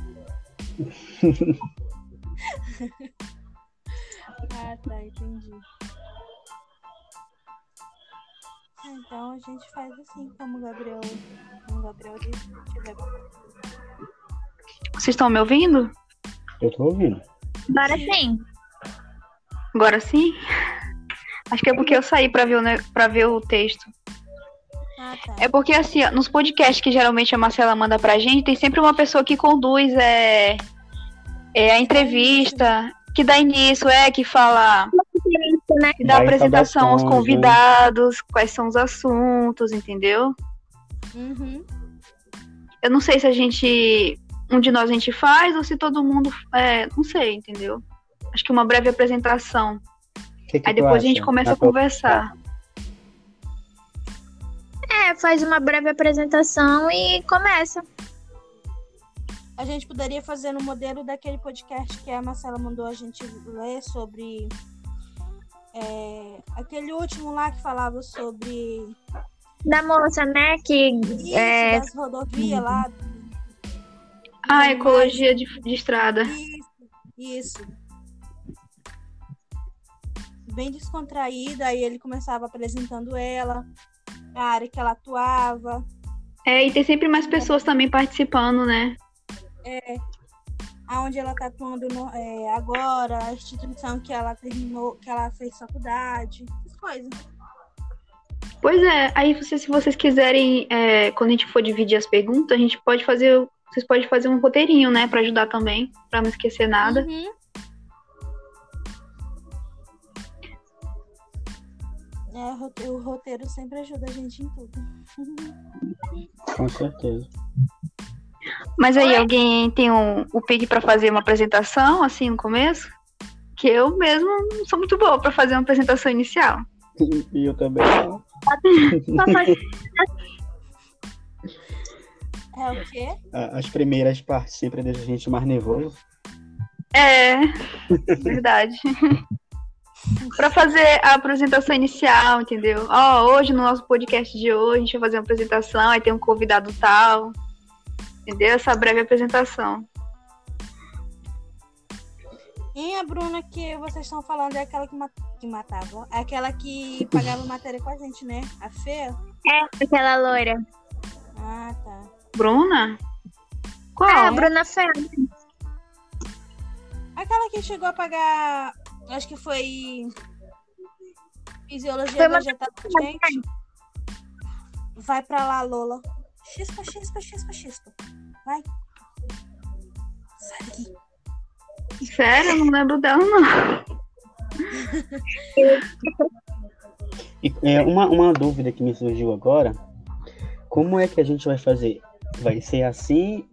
Speaker 5: ah, tá, entendi. Ah, Então a gente faz assim, como o Gabriel, como o Gabriel disse, se tiver
Speaker 1: Vocês estão me ouvindo?
Speaker 4: Eu tô ouvindo.
Speaker 3: agora sim.
Speaker 1: Agora sim? Acho que é porque eu saí para ver, o ne- pra ver o texto.
Speaker 5: Ah, tá.
Speaker 1: É porque, assim, ó, nos podcasts que geralmente a Marcela manda pra gente, tem sempre uma pessoa que conduz é, é a entrevista, que dá início, é, que fala, que dá
Speaker 4: Dá
Speaker 1: apresentação aos
Speaker 4: saudações, né?
Speaker 1: convidados, quais são os assuntos, entendeu?
Speaker 5: Uhum.
Speaker 1: Eu não sei se a gente, um de nós a gente faz, ou se todo mundo, é, não sei, entendeu? Acho que uma breve apresentação.
Speaker 4: O Que que
Speaker 1: Aí
Speaker 4: tu
Speaker 1: depois a gente
Speaker 4: acha?
Speaker 1: começa a
Speaker 4: Na tua-
Speaker 1: conversar.
Speaker 3: É, faz uma breve apresentação e começa.
Speaker 5: A gente poderia fazer no modelo daquele podcast que a Marcela mandou a gente ler sobre. é, aquele último lá que falava sobre
Speaker 3: Da moça, né? Que
Speaker 5: isso,
Speaker 3: É.
Speaker 5: das rodovias lá. do-
Speaker 1: Ah, ecologia de, de estrada.
Speaker 5: Isso, isso. Bem descontraída, aí ele começava apresentando ela, a área que ela atuava.
Speaker 1: É, e tem sempre mais pessoas também participando, né?
Speaker 5: aonde ela está atuando no- é, agora, a instituição que ela terminou, que ela fez faculdade, essas coisas.
Speaker 1: Pois é, aí você, se vocês quiserem, é, quando a gente for dividir as perguntas, a gente pode fazer. Vocês podem fazer um roteirinho, né? Pra ajudar também, pra não esquecer nada.
Speaker 5: Uhum. É, o rote- o roteiro sempre ajuda a gente em tudo.
Speaker 4: Com certeza.
Speaker 1: Mas aí, alguém tem um, o pique pra fazer uma apresentação, assim, no começo? Que eu mesmo não sou muito boa pra fazer uma apresentação inicial.
Speaker 4: E eu também não.
Speaker 3: só faz
Speaker 5: É o quê?
Speaker 4: A- As primeiras partes sempre deixam a gente mais nervoso.
Speaker 1: É, verdade. Pra fazer a apresentação inicial, entendeu? Ó, hoje no nosso podcast de hoje a gente vai fazer uma apresentação, aí tem um convidado tal. Entendeu? Essa breve apresentação.
Speaker 5: E a Bruna que vocês estão falando é aquela que, ma- que matava, é aquela que pagava matéria com a gente, né? A Fê?
Speaker 3: é aquela loira.
Speaker 5: Ah, tá.
Speaker 1: Bruna? Qual?
Speaker 3: Ah, a Bruna Ferro.
Speaker 5: Aquela que chegou a pagar, acho que foi fisiologia
Speaker 3: Foi uma-
Speaker 5: vegetal pra gente. Vai pra lá, Lola. Chispa, chispa, chispa, chispa. Vai. Sai daqui.
Speaker 1: Sério, eu não lembro dela, não.
Speaker 4: E é, uma, uma dúvida que me surgiu agora: como é que a gente vai fazer? Vai ser assim,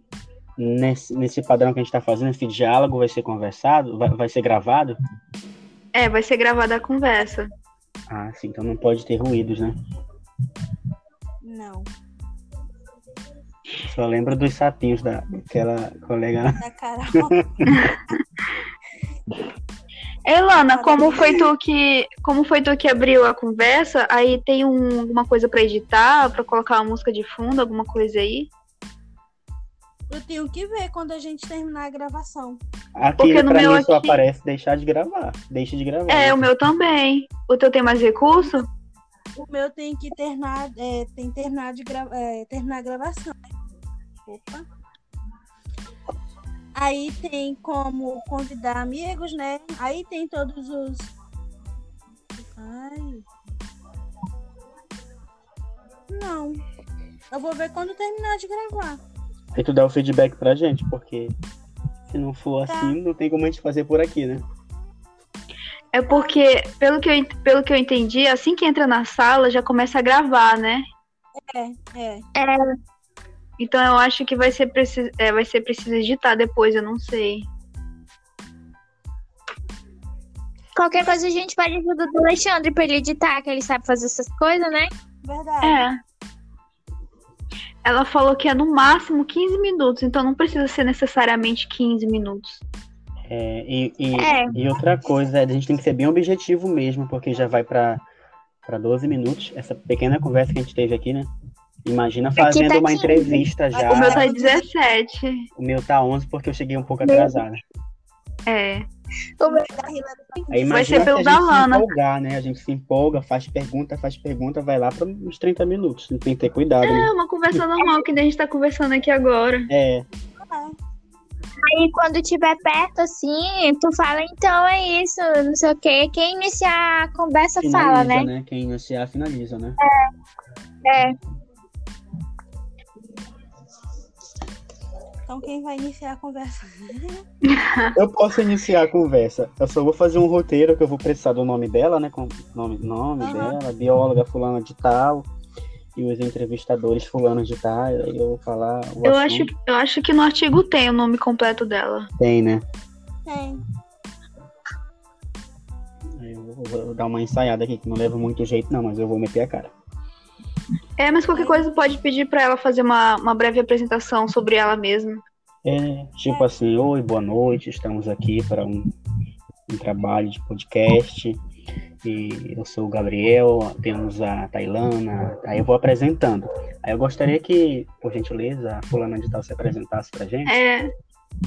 Speaker 4: nesse, nesse padrão que a gente está fazendo, esse diálogo vai ser conversado? Vai, vai ser gravado?
Speaker 1: É, vai ser gravada a conversa.
Speaker 4: Ah, sim, então não pode ter ruídos, né?
Speaker 5: Não.
Speaker 4: Só lembra dos sapinhos da, daquela colega.
Speaker 5: Da Carol.
Speaker 1: Elana, como foi tu que como foi tu que abriu a conversa? Aí tem um- alguma coisa pra editar, pra colocar uma música de fundo, alguma coisa aí?
Speaker 5: Eu tenho que ver quando a gente terminar a gravação.
Speaker 4: Aqui
Speaker 1: Porque no
Speaker 4: pra mim
Speaker 1: meu
Speaker 4: só
Speaker 1: aqui-
Speaker 4: aparece deixar de gravar. Deixa de gravar. né?
Speaker 1: É, o meu também. O teu tem mais recurso?
Speaker 5: O meu tem que terminar, é, tem que terminar, de gra- é, terminar a gravação. Opa. Aí tem como convidar amigos, né? Aí tem todos os. Ai. Não. Eu vou ver quando terminar de gravar.
Speaker 4: E tu dá o feedback pra gente, porque se não for
Speaker 5: Tá.
Speaker 4: assim, não tem como a gente fazer por aqui, né?
Speaker 1: É porque, pelo que, eu, ent- pelo que eu entendi, assim que entra na sala, já começa a gravar, né?
Speaker 5: É.
Speaker 1: Então eu acho que vai ser preciso, é, vai ser preciso editar depois, eu não sei.
Speaker 3: Qualquer coisa a gente pode ajudar do Alexandre pra ele editar, que ele sabe fazer essas coisas, né?
Speaker 5: Verdade.
Speaker 1: É. Ela falou que é no máximo 15 minutos, então não precisa ser necessariamente 15 minutos.
Speaker 4: É, e, e-
Speaker 3: É.
Speaker 4: e outra coisa, a gente tem que ser bem objetivo mesmo, porque já vai pra, pra 12 minutos, essa pequena conversa que a gente teve aqui, né? Imagina fazendo
Speaker 3: tá
Speaker 4: uma
Speaker 3: 15.
Speaker 4: entrevista já.
Speaker 1: O meu
Speaker 5: Ah.
Speaker 1: tá 17.
Speaker 4: O meu tá 11 porque eu cheguei um pouco atrasada.
Speaker 1: É.
Speaker 5: Da Hilary
Speaker 4: Aí
Speaker 1: Vai
Speaker 4: imagina
Speaker 1: ser pelo
Speaker 4: se a gente
Speaker 1: da Lana.
Speaker 4: se empolgar, né? A gente se empolga, faz pergunta, faz pergunta, vai lá pra uns 30 minutos. Tem que ter cuidado, né?
Speaker 1: É uma conversa normal que nem a gente tá conversando aqui agora.
Speaker 4: É,
Speaker 3: Aí quando tiver perto, assim, tu fala, então é isso, não sei o quê. Quem iniciar a conversa
Speaker 4: finaliza,
Speaker 3: fala, né?
Speaker 4: Quem iniciar, finaliza, né?
Speaker 5: Então quem vai iniciar a conversa?
Speaker 4: Eu posso iniciar a conversa. Eu só vou fazer um roteiro que eu vou precisar do nome dela, né? Com nome, nome
Speaker 5: Aham.
Speaker 4: dela, bióloga fulana de tal. E os entrevistadores fulano de tal. Aí eu vou falar o
Speaker 1: Eu acho,
Speaker 4: assunto.
Speaker 1: eu acho que no artigo tem o nome completo dela.
Speaker 4: Tem, né?
Speaker 5: Tem.
Speaker 4: Aí eu vou, vou dar uma ensaiada aqui, que não leva muito jeito não, mas eu vou meter a cara.
Speaker 1: É, mas qualquer coisa pode pedir pra ela fazer uma, uma breve apresentação sobre ela mesma.
Speaker 4: É, tipo assim, oi, boa noite, estamos aqui para um, um trabalho de podcast. E eu sou o Gabriel, temos a Tailana, aí eu vou apresentando. Aí eu gostaria que, por gentileza, a fulana de tal se apresentasse pra gente.
Speaker 1: É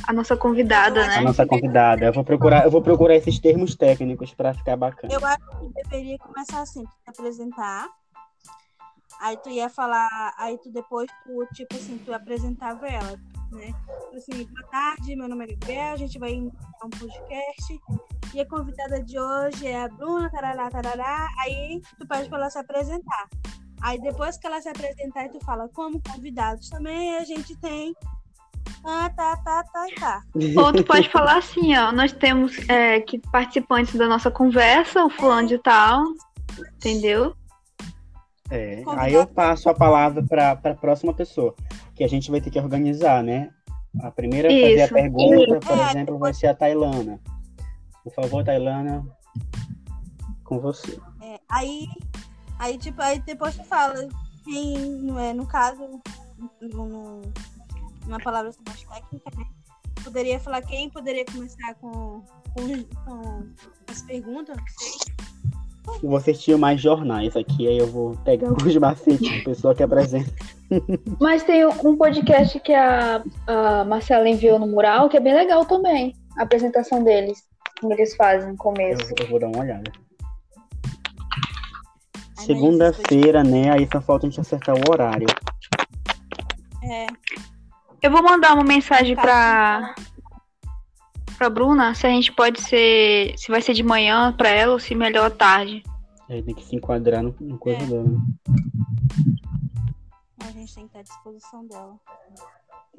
Speaker 1: a nossa convidada,
Speaker 4: A
Speaker 1: né?
Speaker 4: nossa convidada. Eu vou procurar, eu vou procurar esses termos técnicos para ficar bacana.
Speaker 5: Eu acho que deveria começar assim, tu te apresentar. Aí tu ia falar, aí tu depois tu, tipo assim, tu apresentava ela, né? Tipo Assim, boa tarde, meu nome é Gabriel, a gente vai iniciar um podcast. E a convidada de hoje é a Bruna, tarará, tarará. Aí tu pede pra ela se apresentar. Aí depois que ela se apresentar, aí tu fala, como convidados também, a gente tem. Ah, tá, tá, tá, tá.
Speaker 1: Ou tu pode falar assim, ó, nós temos é, que participantes da nossa conversa, o fulano de tal, entendeu?
Speaker 4: É,
Speaker 5: Convidado.
Speaker 4: aí eu passo a palavra para a próxima pessoa, que a gente vai ter que organizar, né? A primeira a fazer a
Speaker 1: Isso.
Speaker 4: pergunta, por
Speaker 5: É.
Speaker 4: exemplo, vai ser a Tailana. Por favor, Tailana, com você.
Speaker 5: É, aí, aí, tipo, aí depois tu fala quem, não é, no caso, no, no- numa palavra assim, mais técnica, né? Poderia falar quem poderia começar com, com, com as perguntas, não sei.
Speaker 4: Vocês tinham mais jornais aqui, aí eu vou pegar alguns macetes do pessoal que apresenta.
Speaker 1: Mas tem um podcast que a, a Marcela enviou no mural, que é bem legal também, a apresentação deles, como eles fazem no
Speaker 4: Eu,
Speaker 1: começo.
Speaker 4: eu vou dar uma olhada.
Speaker 5: mas
Speaker 4: Segunda-feira, né? Aí só falta a gente acertar o horário.
Speaker 5: É,
Speaker 1: Eu vou mandar uma mensagem
Speaker 5: Tá.
Speaker 1: pra, pra Bruna, se a gente pode ser, se vai ser de manhã pra ela ou se melhor à tarde.
Speaker 4: Aí tem que se enquadrar no, no coisa
Speaker 5: É.
Speaker 4: dela. né?
Speaker 5: a gente tem que estar à disposição dela.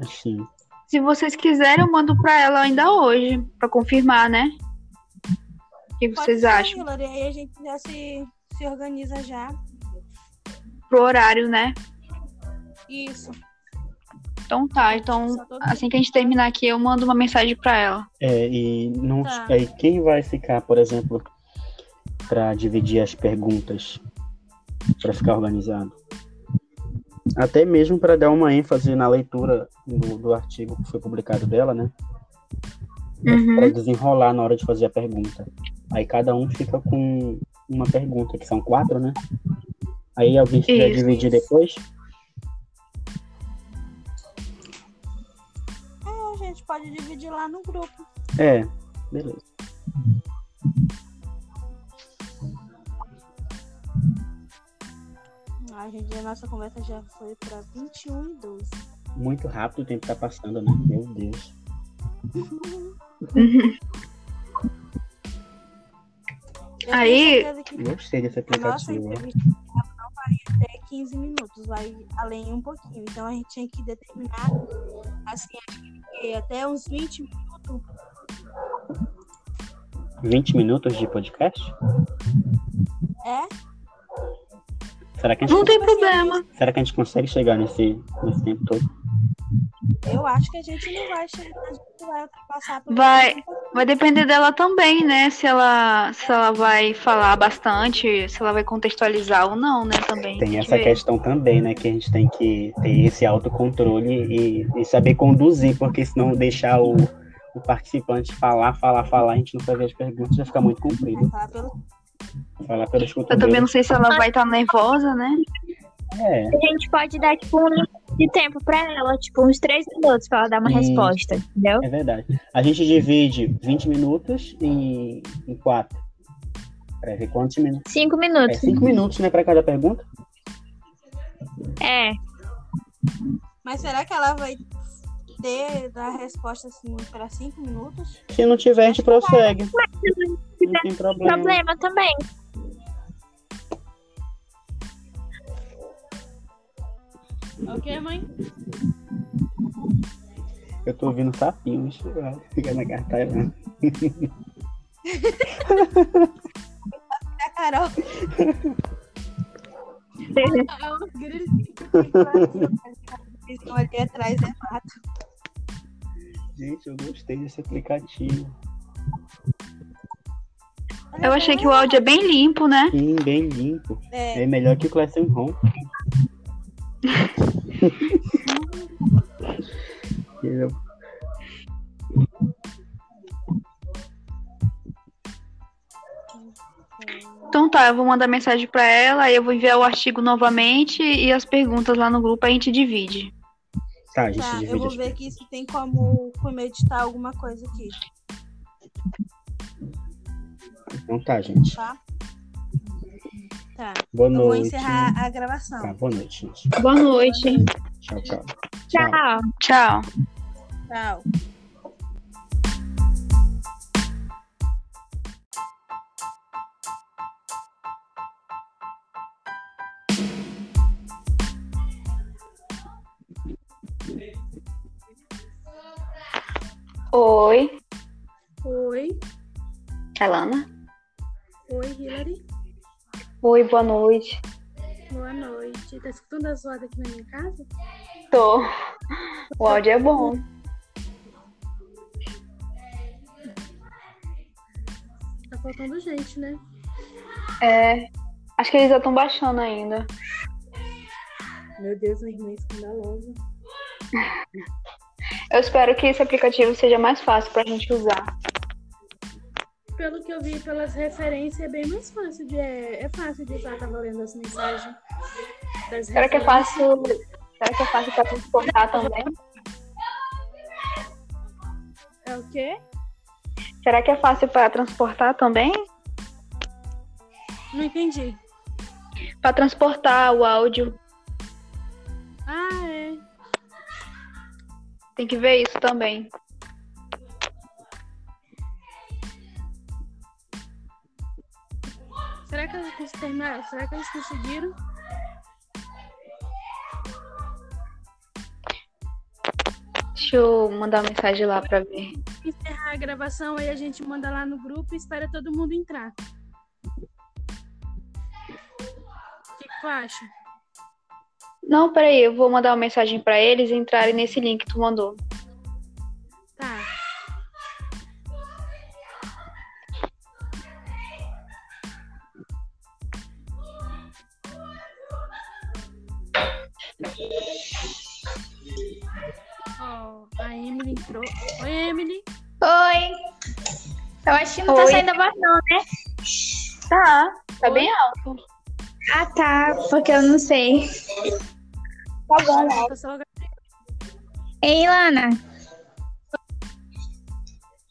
Speaker 4: Assim.
Speaker 1: Se vocês quiserem, eu mando pra ela ainda hoje, pra confirmar, né? O que
Speaker 5: Pode
Speaker 1: vocês
Speaker 5: ser,
Speaker 1: acham?
Speaker 5: Hilary, aí a gente já se, se organiza já.
Speaker 1: Pro horário, né?
Speaker 5: Isso.
Speaker 1: Então tá, então
Speaker 5: Só todo-
Speaker 1: assim que a gente terminar aqui, eu mando uma mensagem pra ela.
Speaker 4: É, e não,
Speaker 5: Tá.
Speaker 4: aí quem vai ficar, por exemplo, para dividir as perguntas, para ficar organizado? Até mesmo para dar uma ênfase na leitura do, do artigo que foi publicado dela, né? para
Speaker 1: Uhum.
Speaker 4: desenrolar na hora de fazer a pergunta. Aí cada um fica com uma pergunta, que são quatro, né? Aí alguém se quer
Speaker 1: Isso.
Speaker 4: dividir depois.
Speaker 5: Então, a gente pode dividir lá no grupo.
Speaker 4: É, beleza.
Speaker 5: A, gente, a nossa conversa já foi pra 21 e 12.
Speaker 4: Muito rápido o tempo tá passando, né? Meu Deus.
Speaker 5: Eu
Speaker 1: Aí- Hum?
Speaker 5: tenho certeza que
Speaker 4: Gostei desse
Speaker 5: a nossa
Speaker 4: aplicativo. né? ó.
Speaker 5: entrevista não vai até 15 minutos, vai além um pouquinho. Então a gente tinha que determinar, assim, acho que até uns 20 minutos.
Speaker 4: 20 minutos de podcast?
Speaker 5: É? tipo assim,
Speaker 4: Será que a
Speaker 1: Não
Speaker 4: gente,
Speaker 1: tem problema.
Speaker 4: será que a gente consegue chegar nesse, nesse tempo todo?
Speaker 5: Eu acho que a gente não vai chegar, a gente vai ultrapassar. pelo
Speaker 1: Vai.
Speaker 5: menos um pouquinho.
Speaker 1: Vai depender dela também, né? Se ela, se ela vai falar bastante, se ela vai contextualizar ou não, né? Também.
Speaker 4: Tem
Speaker 1: que
Speaker 4: essa
Speaker 1: ver.
Speaker 4: questão também, né? Que a gente tem que ter esse autocontrole e, e saber conduzir, porque senão deixar o, o participante falar, falar, falar, a gente não saber as perguntas, vai ficar muito comprido.
Speaker 5: Vai falar pelo-
Speaker 4: Falar pelo escuta.
Speaker 1: Eu também não sei se ela vai estar nervosa, né?
Speaker 4: É,
Speaker 3: A gente pode dar, tipo, um limite de tempo pra ela, tipo, uns três minutos pra ela dar uma
Speaker 4: Isso.
Speaker 3: resposta, entendeu?
Speaker 4: é verdade. A gente divide 20 minutos em, em quatro. Pra ver quantos minutos.
Speaker 3: Cinco
Speaker 4: É
Speaker 3: minutos.
Speaker 4: 5 minutos, né, pra cada pergunta?
Speaker 3: É.
Speaker 5: Mas será que ela vai ter a resposta assim para 5 minutos?
Speaker 4: Se não tiver, a gente prossegue.
Speaker 1: né?
Speaker 4: Não tem
Speaker 1: Tá
Speaker 4: problema.
Speaker 3: Problema também.
Speaker 2: Ok, mãe?
Speaker 4: Eu tô ouvindo sapinhos. Fica na cartaz, né?
Speaker 5: É, Carol.
Speaker 2: É uns gritos.
Speaker 5: né? Estão ali atrás, é fato.
Speaker 4: Gente, eu gostei desse aplicativo.
Speaker 1: Eu achei que o áudio é bem limpo, né?
Speaker 4: Sim, bem limpo.
Speaker 5: É,
Speaker 4: É melhor que o Classroom Home. Eu-
Speaker 1: Então tá, eu vou mandar mensagem pra ela, aí eu vou enviar o artigo novamente e as perguntas lá no grupo a gente divide.
Speaker 4: Tá, a gente
Speaker 5: tá, eu
Speaker 4: divide
Speaker 5: vou
Speaker 4: as
Speaker 5: ver que isso tem como, como editar alguma coisa aqui,
Speaker 4: Então tá, gente.
Speaker 5: tá? Tá.
Speaker 4: Boa
Speaker 5: Eu vou
Speaker 4: noite.
Speaker 5: encerrar a
Speaker 4: Tá,
Speaker 5: gravação.
Speaker 4: boa noite, gente.
Speaker 1: Boa noite.
Speaker 4: Tchau, tchau.
Speaker 3: Tchau.
Speaker 1: Tá. Tchau.
Speaker 5: Tchau.
Speaker 1: Oi,
Speaker 2: Oi.
Speaker 1: Elana.
Speaker 2: Oi, Hillary.
Speaker 1: Oi, boa noite.
Speaker 2: Boa noite. Tá escutando a zoada aqui na minha casa?
Speaker 1: Tô. O áudio é bom.
Speaker 2: Tá faltando gente, né?
Speaker 1: É. Acho que eles já estão baixando ainda.
Speaker 2: Meu Deus, uma irmã escandalosa.
Speaker 1: Eu espero que esse aplicativo seja mais fácil pra gente usar.
Speaker 2: Pelo que eu vi pelas referências, é bem mais fácil de. É, é fácil de usar, tava lendo as mensagens. das
Speaker 1: Será que é
Speaker 2: referências.
Speaker 1: fácil. Será que é fácil pra transportar também?
Speaker 2: É o quê?
Speaker 1: Será que é fácil pra transportar também?
Speaker 2: Não entendi.
Speaker 1: Pra transportar o áudio.
Speaker 2: Ah, é.
Speaker 1: Tem que ver isso também.
Speaker 2: Será que eles terminaram? Será que eles conseguiram?
Speaker 1: Deixa eu mandar uma mensagem lá pra ver.
Speaker 2: Encerrar a gravação, aí a gente manda lá no grupo e espera todo mundo entrar. O que, que tu acha?
Speaker 1: Não, peraí, eu vou mandar uma mensagem pra eles entrarem nesse link que tu mandou.
Speaker 2: Tá. Ó, a Emily entrou. Oi, Emily.
Speaker 3: Oi. Eu acho que não tá
Speaker 1: Oi.
Speaker 3: saindo a voz, não, né?
Speaker 1: Tá, tá bem alto.
Speaker 3: Ah, tá. Porque eu não sei.
Speaker 1: Tá bom,
Speaker 2: A pessoa
Speaker 3: Ei, Lana.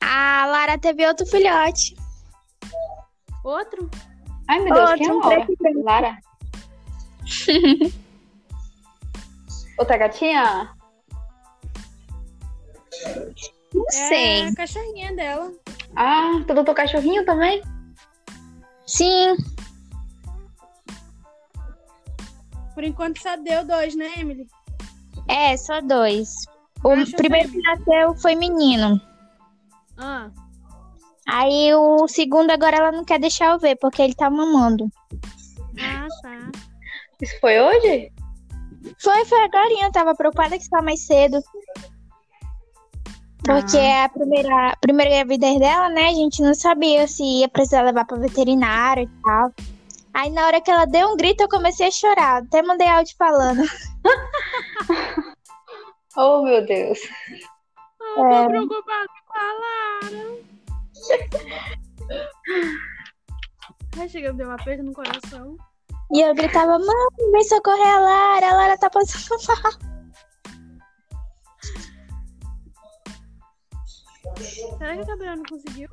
Speaker 3: A Lara teve outro filhote.
Speaker 2: Outro?
Speaker 1: Ai, meu Deus, quem
Speaker 3: Ó,
Speaker 1: é
Speaker 3: tinha um
Speaker 1: Laura?
Speaker 3: preto e branco.
Speaker 1: Lara? Outra gatinha?
Speaker 3: Não sei.
Speaker 2: É a cachorrinha dela.
Speaker 1: Ah, tu adotou cachorrinho também?
Speaker 3: Sim.
Speaker 2: Por enquanto só deu dois, né, Emily?
Speaker 3: É, só dois. O
Speaker 2: Acho
Speaker 3: primeiro que nasceu foi menino.
Speaker 2: Ah,
Speaker 3: Aí o segundo agora ela não quer deixar eu ver, porque ele tá mamando.
Speaker 2: ah tá.
Speaker 1: Isso foi hoje?
Speaker 3: Foi, foi agora, eu tava preocupada que estava mais cedo. Porque é a primeira, a primeira gravidez dela, né? A gente não sabia se ia precisar levar pra veterinário e tal. Aí na hora que ela deu um grito, eu comecei a chorar. Até mandei áudio falando.
Speaker 1: Oh, meu Deus.
Speaker 2: Tô preocupada com a Lara. Ai, chega, me deu uma perda no coração.
Speaker 3: E eu gritava, mãe, vem socorrer a Lara, a Lara tá passando mal.
Speaker 2: Será que a Gabriela não conseguiu?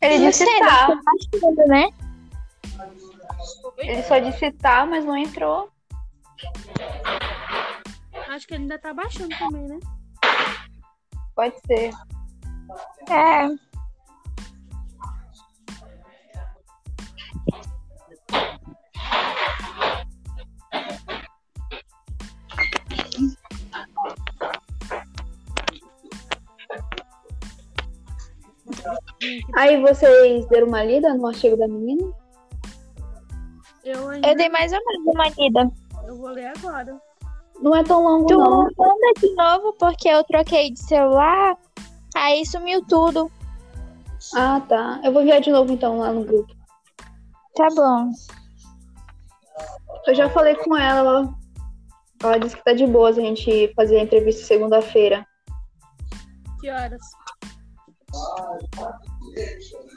Speaker 1: Ele
Speaker 3: Não
Speaker 1: disse
Speaker 3: sei,
Speaker 1: tá.
Speaker 3: deve ter batido, né?
Speaker 1: Ele só disse tá, mas não entrou.
Speaker 2: Acho que ele ainda tá baixando também, né?
Speaker 1: Pode ser.
Speaker 3: É.
Speaker 1: Aí vocês deram uma lida no artigo da menina?
Speaker 2: Eu ainda.
Speaker 3: Eu dei mais ou menos uma lida.
Speaker 2: Eu vou ler agora.
Speaker 1: Não é tão longo,
Speaker 3: Tu
Speaker 1: não.
Speaker 3: manda de novo porque eu troquei de celular, aí sumiu tudo.
Speaker 1: Ah, tá. Eu vou enviar de novo, então, lá no grupo.
Speaker 3: Tá bom.
Speaker 1: Eu já falei com ela. Ela, ela disse que tá de boas a gente fazer a entrevista segunda-feira.
Speaker 2: Que horas?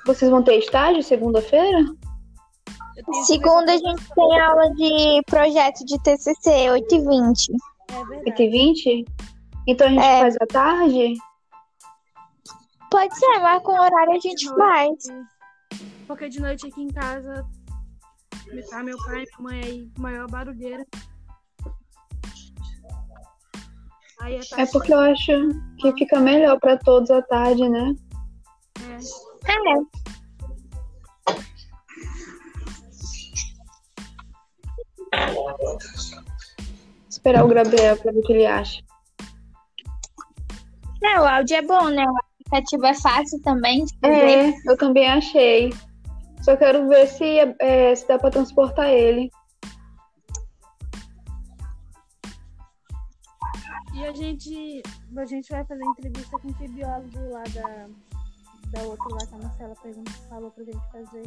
Speaker 1: Vocês vão ter estágio segunda-feira?
Speaker 2: Eu tenho que
Speaker 3: Segunda a gente tem aula de projeto de TCC, 8h20.
Speaker 2: ver- É verdade.
Speaker 1: 8h20? Então a gente
Speaker 3: É.
Speaker 1: faz à tarde?
Speaker 3: Pode ser, marca um horário e a gente faz.
Speaker 2: Porque de noite aqui em casa tá meu pai e minha mãe aí, maior barulheira. Aí é
Speaker 1: É porque eu acho que fica melhor pra todos à tarde, né?
Speaker 3: É.
Speaker 1: Esperar o Gabriel pra ver o que ele acha.
Speaker 3: Não, o áudio é bom, né? O aplicativo é fácil também. de fazer.
Speaker 1: É, eu também achei. Só quero ver se, é, se dá pra transportar ele.
Speaker 2: E a gente, a gente vai fazer entrevista com o biólogo lá da, da outra lá que a Marcela perguntou, falou pra gente fazer.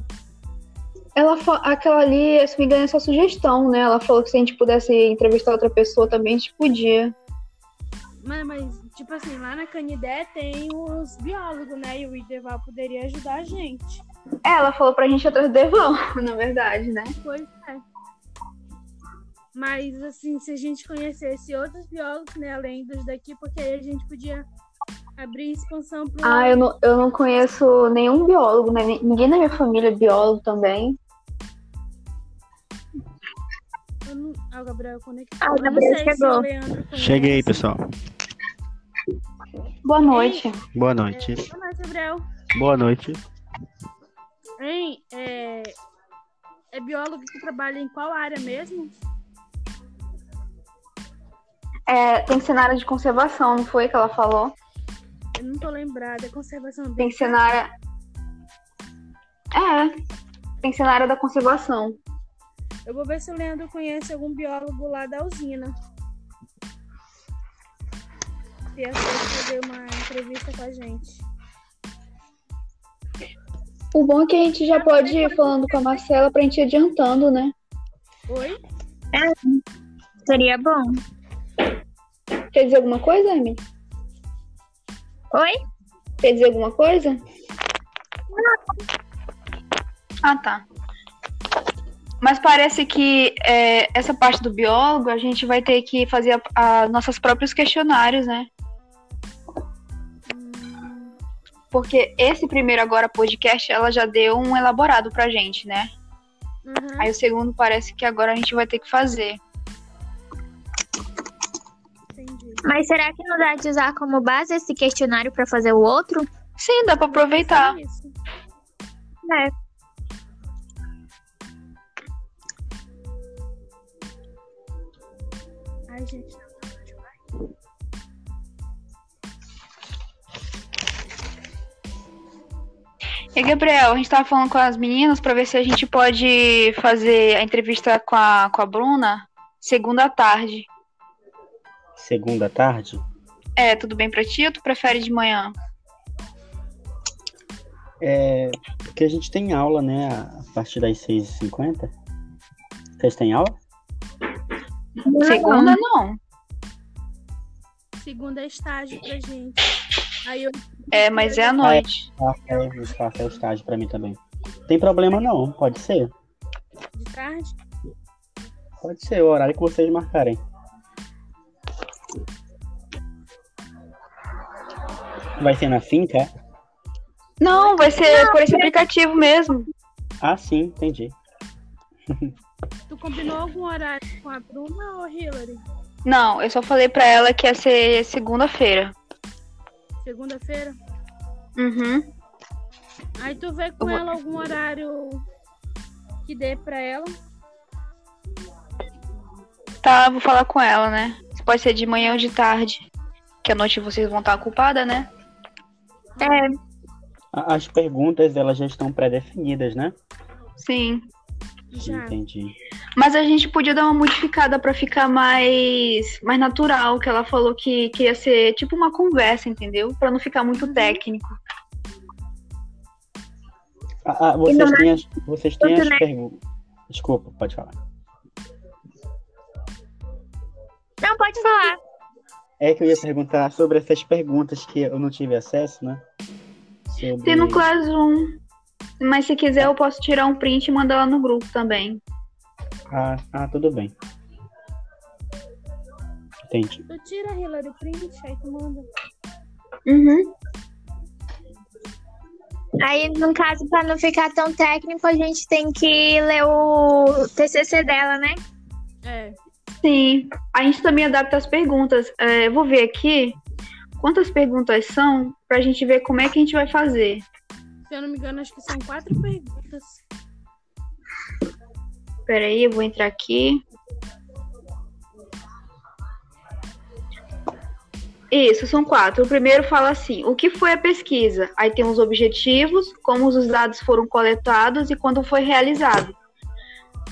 Speaker 1: Ela, fa- aquela ali, se não me engano, é só sugestão, né? Ela falou que se a gente pudesse entrevistar outra pessoa também, a gente podia.
Speaker 2: Mas, mas, tipo assim, lá na Canidé tem os biólogos, né? E o Ideval poderia ajudar a gente.
Speaker 1: É, Ela falou pra gente ir atrás do Devão, na verdade, né?
Speaker 2: Pois é. Mas, assim, se a gente conhecesse outros biólogos, né? Além dos daqui, porque aí a gente podia abrir expansão pro...
Speaker 1: Ah, eu não, eu não conheço nenhum biólogo, né? Ninguém na minha família é biólogo também.
Speaker 2: Eu não... Ah, o Gabriel conectou.
Speaker 3: Ah, o
Speaker 2: Eu não
Speaker 3: Gabriel
Speaker 2: sei se
Speaker 3: chegou.
Speaker 2: o Leandro conhece.
Speaker 4: Cheguei, pessoal.
Speaker 1: Boa noite.
Speaker 4: Boa noite.
Speaker 2: Boa noite, Gabriel.
Speaker 4: Boa noite.
Speaker 2: Hein? É... é biólogo que trabalha em qual área mesmo?
Speaker 1: É, tem que ser na área de conservação, não foi que ela falou?
Speaker 2: Eu não tô lembrada. É conservação
Speaker 1: Tem
Speaker 2: ambiental.
Speaker 1: que ser na área. É. Tem que ser na área da conservação.
Speaker 2: Eu vou ver se o Leandro conhece algum biólogo lá da usina. Se é fazer uma entrevista com a gente.
Speaker 1: O bom é que a gente já pode ir falando com a Marcela pra gente ir adiantando, né?
Speaker 2: Oi?
Speaker 3: Seria é bom.
Speaker 1: Quer dizer alguma coisa, Emily?
Speaker 3: Oi?
Speaker 1: Quer dizer alguma coisa? Ah, tá. Mas parece que é, essa parte do biólogo a gente vai ter que fazer a, a- nossos próprios questionários, né? Porque esse primeiro agora podcast ela já deu um elaborado pra gente, né?
Speaker 2: Uhum.
Speaker 1: Aí o segundo parece que agora a gente vai ter que fazer.
Speaker 2: Entendi.
Speaker 3: Mas será que não dá de usar como base esse questionário pra fazer o outro?
Speaker 1: Sim, dá pra aproveitar.
Speaker 2: Só isso.
Speaker 3: É.
Speaker 2: Ai, gente.
Speaker 1: E Gabriel, a gente tava falando com as meninas pra ver se a gente pode fazer a entrevista com a, com a Bruna segunda à tarde.
Speaker 4: Segunda tarde?
Speaker 1: É, tudo bem pra ti ou tu prefere de manhã?
Speaker 4: É, porque a gente tem aula, né? A partir das 6h50. Vocês têm aula?
Speaker 1: Segunda não.
Speaker 2: Segunda é estágio pra gente. Aí eu.
Speaker 1: É, mas é à noite.
Speaker 4: Faça o é estágio pra mim também. Tem problema não, pode ser.
Speaker 2: De tarde?
Speaker 4: Pode ser, o horário que vocês marcarem. Vai ser na finca? é?
Speaker 1: Não, é. vai ser por esse aplicativo mesmo.
Speaker 4: Ah, sim, entendi.
Speaker 2: Tu combinou algum horário com a Bruna ou Hillary?
Speaker 1: Não, eu só falei pra ela que ia ser segunda-feira.
Speaker 2: Segunda-feira?
Speaker 1: Uhum.
Speaker 2: Aí tu vê com
Speaker 1: Eu vou-
Speaker 2: ela algum horário que dê pra ela.
Speaker 1: Tá, vou falar com ela, né? Pode ser de manhã ou de tarde. Que à noite vocês vão estar ocupadas, né?
Speaker 3: É.
Speaker 4: A- As perguntas, elas já estão pré-definidas, né?
Speaker 1: Sim.
Speaker 2: Já.
Speaker 4: Entendi.
Speaker 1: Mas a gente podia dar uma modificada pra ficar mais, mais natural, que ela falou que queria ser tipo uma conversa, entendeu? Pra não ficar muito técnico.
Speaker 4: Ah, ah,
Speaker 3: E
Speaker 4: vocês
Speaker 3: não
Speaker 4: têm as, vocês têm
Speaker 3: Tanto,
Speaker 4: as
Speaker 3: né?
Speaker 4: perguntas. Desculpa, pode falar.
Speaker 3: Não, pode falar.
Speaker 4: É que eu ia perguntar sobre essas perguntas que eu não tive acesso, né? Sobre...
Speaker 1: Tem no Classroom. Mas se quiser, eu posso tirar um print e mandar lá no grupo também.
Speaker 4: Ah, ah, tudo bem. Entendi.
Speaker 2: Tu tira, Hillary, o print, aí tu manda.
Speaker 1: Uhum.
Speaker 3: Aí, no caso, pra não ficar tão técnico, a gente tem que ler o TCC dela, né?
Speaker 2: É.
Speaker 1: Sim. A gente também adapta as perguntas. É, eu vou ver aqui quantas perguntas são pra gente ver como é que a gente vai fazer.
Speaker 2: Se eu não me engano, acho que são quatro perguntas.
Speaker 1: Peraí, eu vou entrar aqui. Isso, são quatro. O primeiro fala assim: o que foi a pesquisa? Aí tem os objetivos, como os dados foram coletados e quando foi realizado.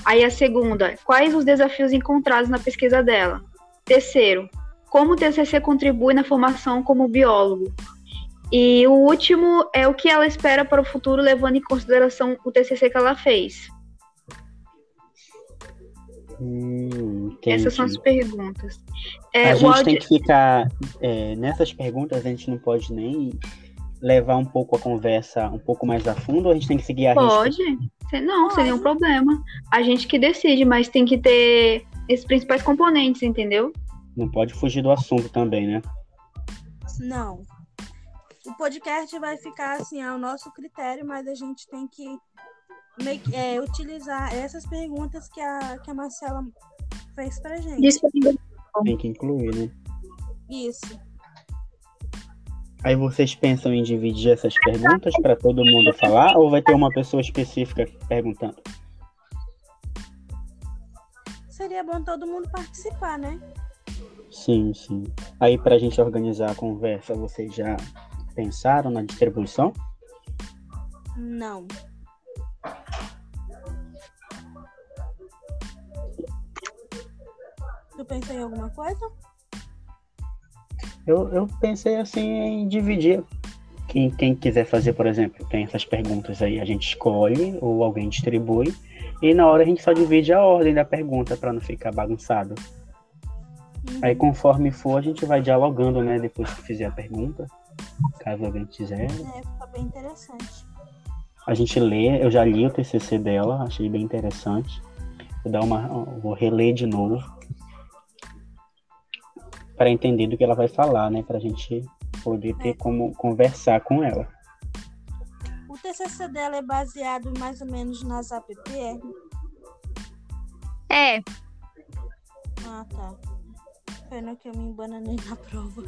Speaker 1: Aí a segunda, quais os desafios encontrados na pesquisa dela? Terceiro, como o TCC contribui na formação como biólogo? E o último é o que ela espera para o futuro, levando em consideração o TCC que ela fez.
Speaker 4: Hum,
Speaker 1: Essas são as
Speaker 4: entendi.
Speaker 1: perguntas. É,
Speaker 4: a
Speaker 1: o
Speaker 4: gente
Speaker 1: áudio...
Speaker 4: tem que ficar. é, nessas perguntas, a gente não pode nem levar um pouco a conversa um pouco mais a fundo, ou a gente tem que seguir a risca?
Speaker 1: Pode? Se- Não, sem nenhum problema. A gente que decide, mas tem que ter esses principais componentes, entendeu?
Speaker 4: Não pode fugir do assunto também, né?
Speaker 5: Não. O podcast vai ficar assim ao nosso critério, mas a gente tem que meio que, é, utilizar essas perguntas que a, que a Marcela fez pra gente.
Speaker 4: Tem que incluir, né?
Speaker 5: Isso.
Speaker 4: Aí vocês pensam em dividir essas perguntas para todo mundo falar, ou vai ter uma pessoa específica perguntando?
Speaker 5: Seria bom todo mundo participar, né?
Speaker 4: Sim, sim. Aí pra gente organizar a conversa, vocês já pensaram na distribuição?
Speaker 5: Não. Tu pensou em alguma coisa?
Speaker 4: Eu, eu pensei assim em dividir. Quem, quem quiser fazer, por exemplo, tem essas perguntas aí, a gente escolhe ou alguém distribui. E na hora a gente só divide a ordem da pergunta para não ficar bagunçado.
Speaker 5: Uhum.
Speaker 4: Aí conforme for, a gente vai dialogando, né? Depois que fizer a pergunta. caso alguém quiser.
Speaker 5: É, fica bem interessante.
Speaker 4: A gente lê, eu já li o TCC dela, achei bem interessante. Vou dar uma, vou reler de novo para entender do que ela vai falar, né, para a gente poder ter como conversar com ela.
Speaker 5: O TCC dela é baseado mais ou menos nas app?
Speaker 3: É,
Speaker 5: Ah, tá. Pena que eu me embananei na prova.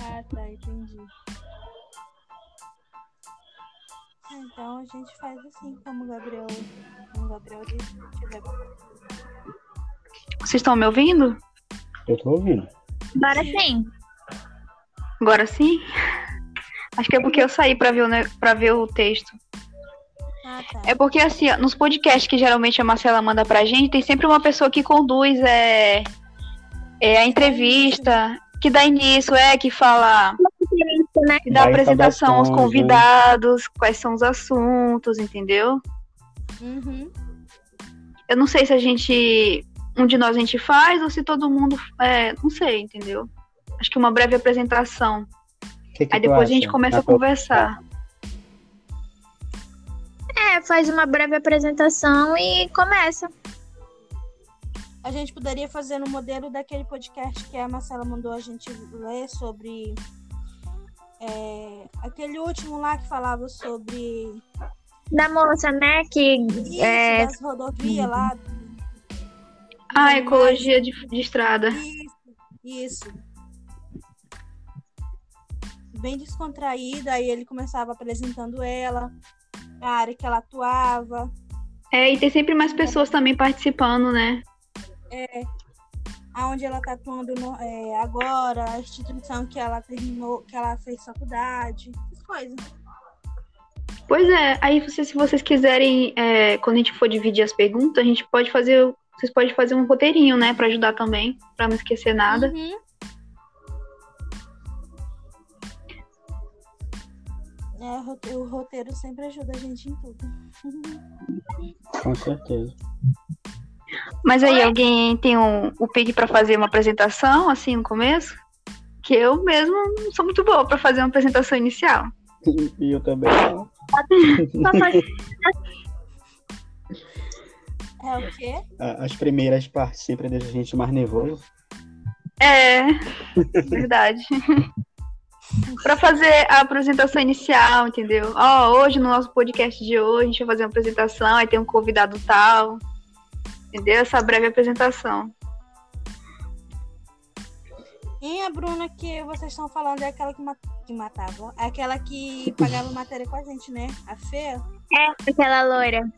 Speaker 5: ah, tá, entendi. Ah, Então a gente faz assim, como o Gabriel, como o Gabriel disse, se tiver
Speaker 1: Vocês estão me ouvindo?
Speaker 4: Eu tô ouvindo.
Speaker 3: agora sim.
Speaker 1: Agora sim? Acho que é porque eu saí para ver, o ne- pra ver o texto.
Speaker 5: Ah, tá.
Speaker 1: É porque, assim, ó, nos podcasts que geralmente a Marcela manda pra gente, tem sempre uma pessoa que conduz é, é a entrevista, que dá início, é, que fala, que dá
Speaker 4: Dá
Speaker 1: apresentação aos
Speaker 4: saudações, né?
Speaker 1: convidados, quais são os assuntos, entendeu?
Speaker 5: Uhum.
Speaker 1: Eu não sei se a gente, um de nós a gente faz, ou se todo mundo, é, não sei, entendeu? Acho que uma breve apresentação.
Speaker 4: O Que que
Speaker 1: Aí
Speaker 4: tu
Speaker 1: depois a gente
Speaker 4: acha? Tá
Speaker 1: começa
Speaker 4: Na
Speaker 1: a conversar.
Speaker 3: É, faz uma breve apresentação e começa.
Speaker 5: A gente poderia fazer no modelo daquele podcast que a Marcela mandou a gente ler sobre. é, aquele último lá que falava sobre
Speaker 3: Da moça, né, que
Speaker 5: Isso,
Speaker 3: É.
Speaker 5: das rodovias lá. do-
Speaker 1: Ah, ecologia de, de estrada.
Speaker 5: Isso, isso. Bem descontraída, aí ele começava apresentando ela, a área que ela atuava.
Speaker 1: É, e tem sempre mais pessoas também participando, né?
Speaker 5: aonde ela está atuando no- é, agora, a instituição que ela terminou, que ela fez faculdade, essas coisas.
Speaker 1: Pois é, aí você, se vocês quiserem, é, quando a gente for dividir as perguntas, a gente pode fazer. Vocês podem fazer um roteirinho, né? Pra ajudar também, pra não esquecer nada.
Speaker 5: Uhum. É, o rote- o roteiro sempre ajuda a gente em tudo.
Speaker 4: Com certeza.
Speaker 1: Mas aí, alguém tem um, o pique pra fazer uma apresentação, assim, no começo? Que eu mesmo não sou muito boa pra fazer uma apresentação inicial.
Speaker 4: E eu também não.
Speaker 3: só faz
Speaker 5: É o quê?
Speaker 4: A- As primeiras partes sempre deixam a gente mais nervoso.
Speaker 1: É, verdade. Pra fazer a apresentação inicial, entendeu? Ó, hoje no nosso podcast de hoje a gente vai fazer uma apresentação, aí tem um convidado tal. Entendeu? Essa breve apresentação.
Speaker 5: E a Bruna que vocês estão falando é aquela que, ma- que matava, ó. aquela que pagava matéria com a gente, né? A Fê?
Speaker 3: aquela loira.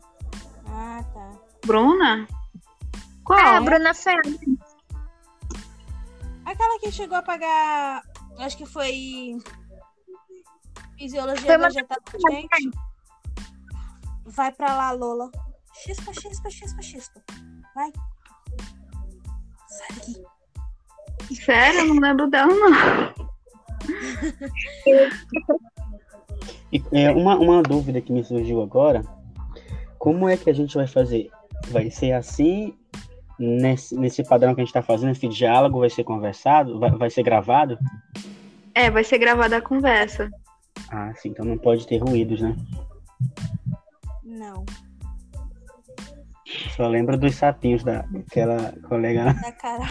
Speaker 5: Ah, tá.
Speaker 1: Bruna? Qual?
Speaker 3: Ah, Bruna Ferro.
Speaker 5: Aquela que chegou a pagar, acho que foi fisiologia
Speaker 3: Foi uma
Speaker 5: vegetal pra gente. Vai pra lá, Lola. Chispa, chispa, chispa, chispa. Vai. Sai daqui.
Speaker 1: Sério, eu não lembro dela, não.
Speaker 4: E é, uma, uma dúvida que me surgiu agora: como é que a gente vai fazer? Vai ser assim, nesse, nesse padrão que a gente está fazendo, esse diálogo vai ser conversado? Vai, vai ser gravado?
Speaker 1: É, vai ser gravada a conversa.
Speaker 4: Ah, sim, então não pode ter ruídos, né?
Speaker 5: Não.
Speaker 4: Só lembra dos sapinhos da, daquela colega lá.
Speaker 5: Da Carol.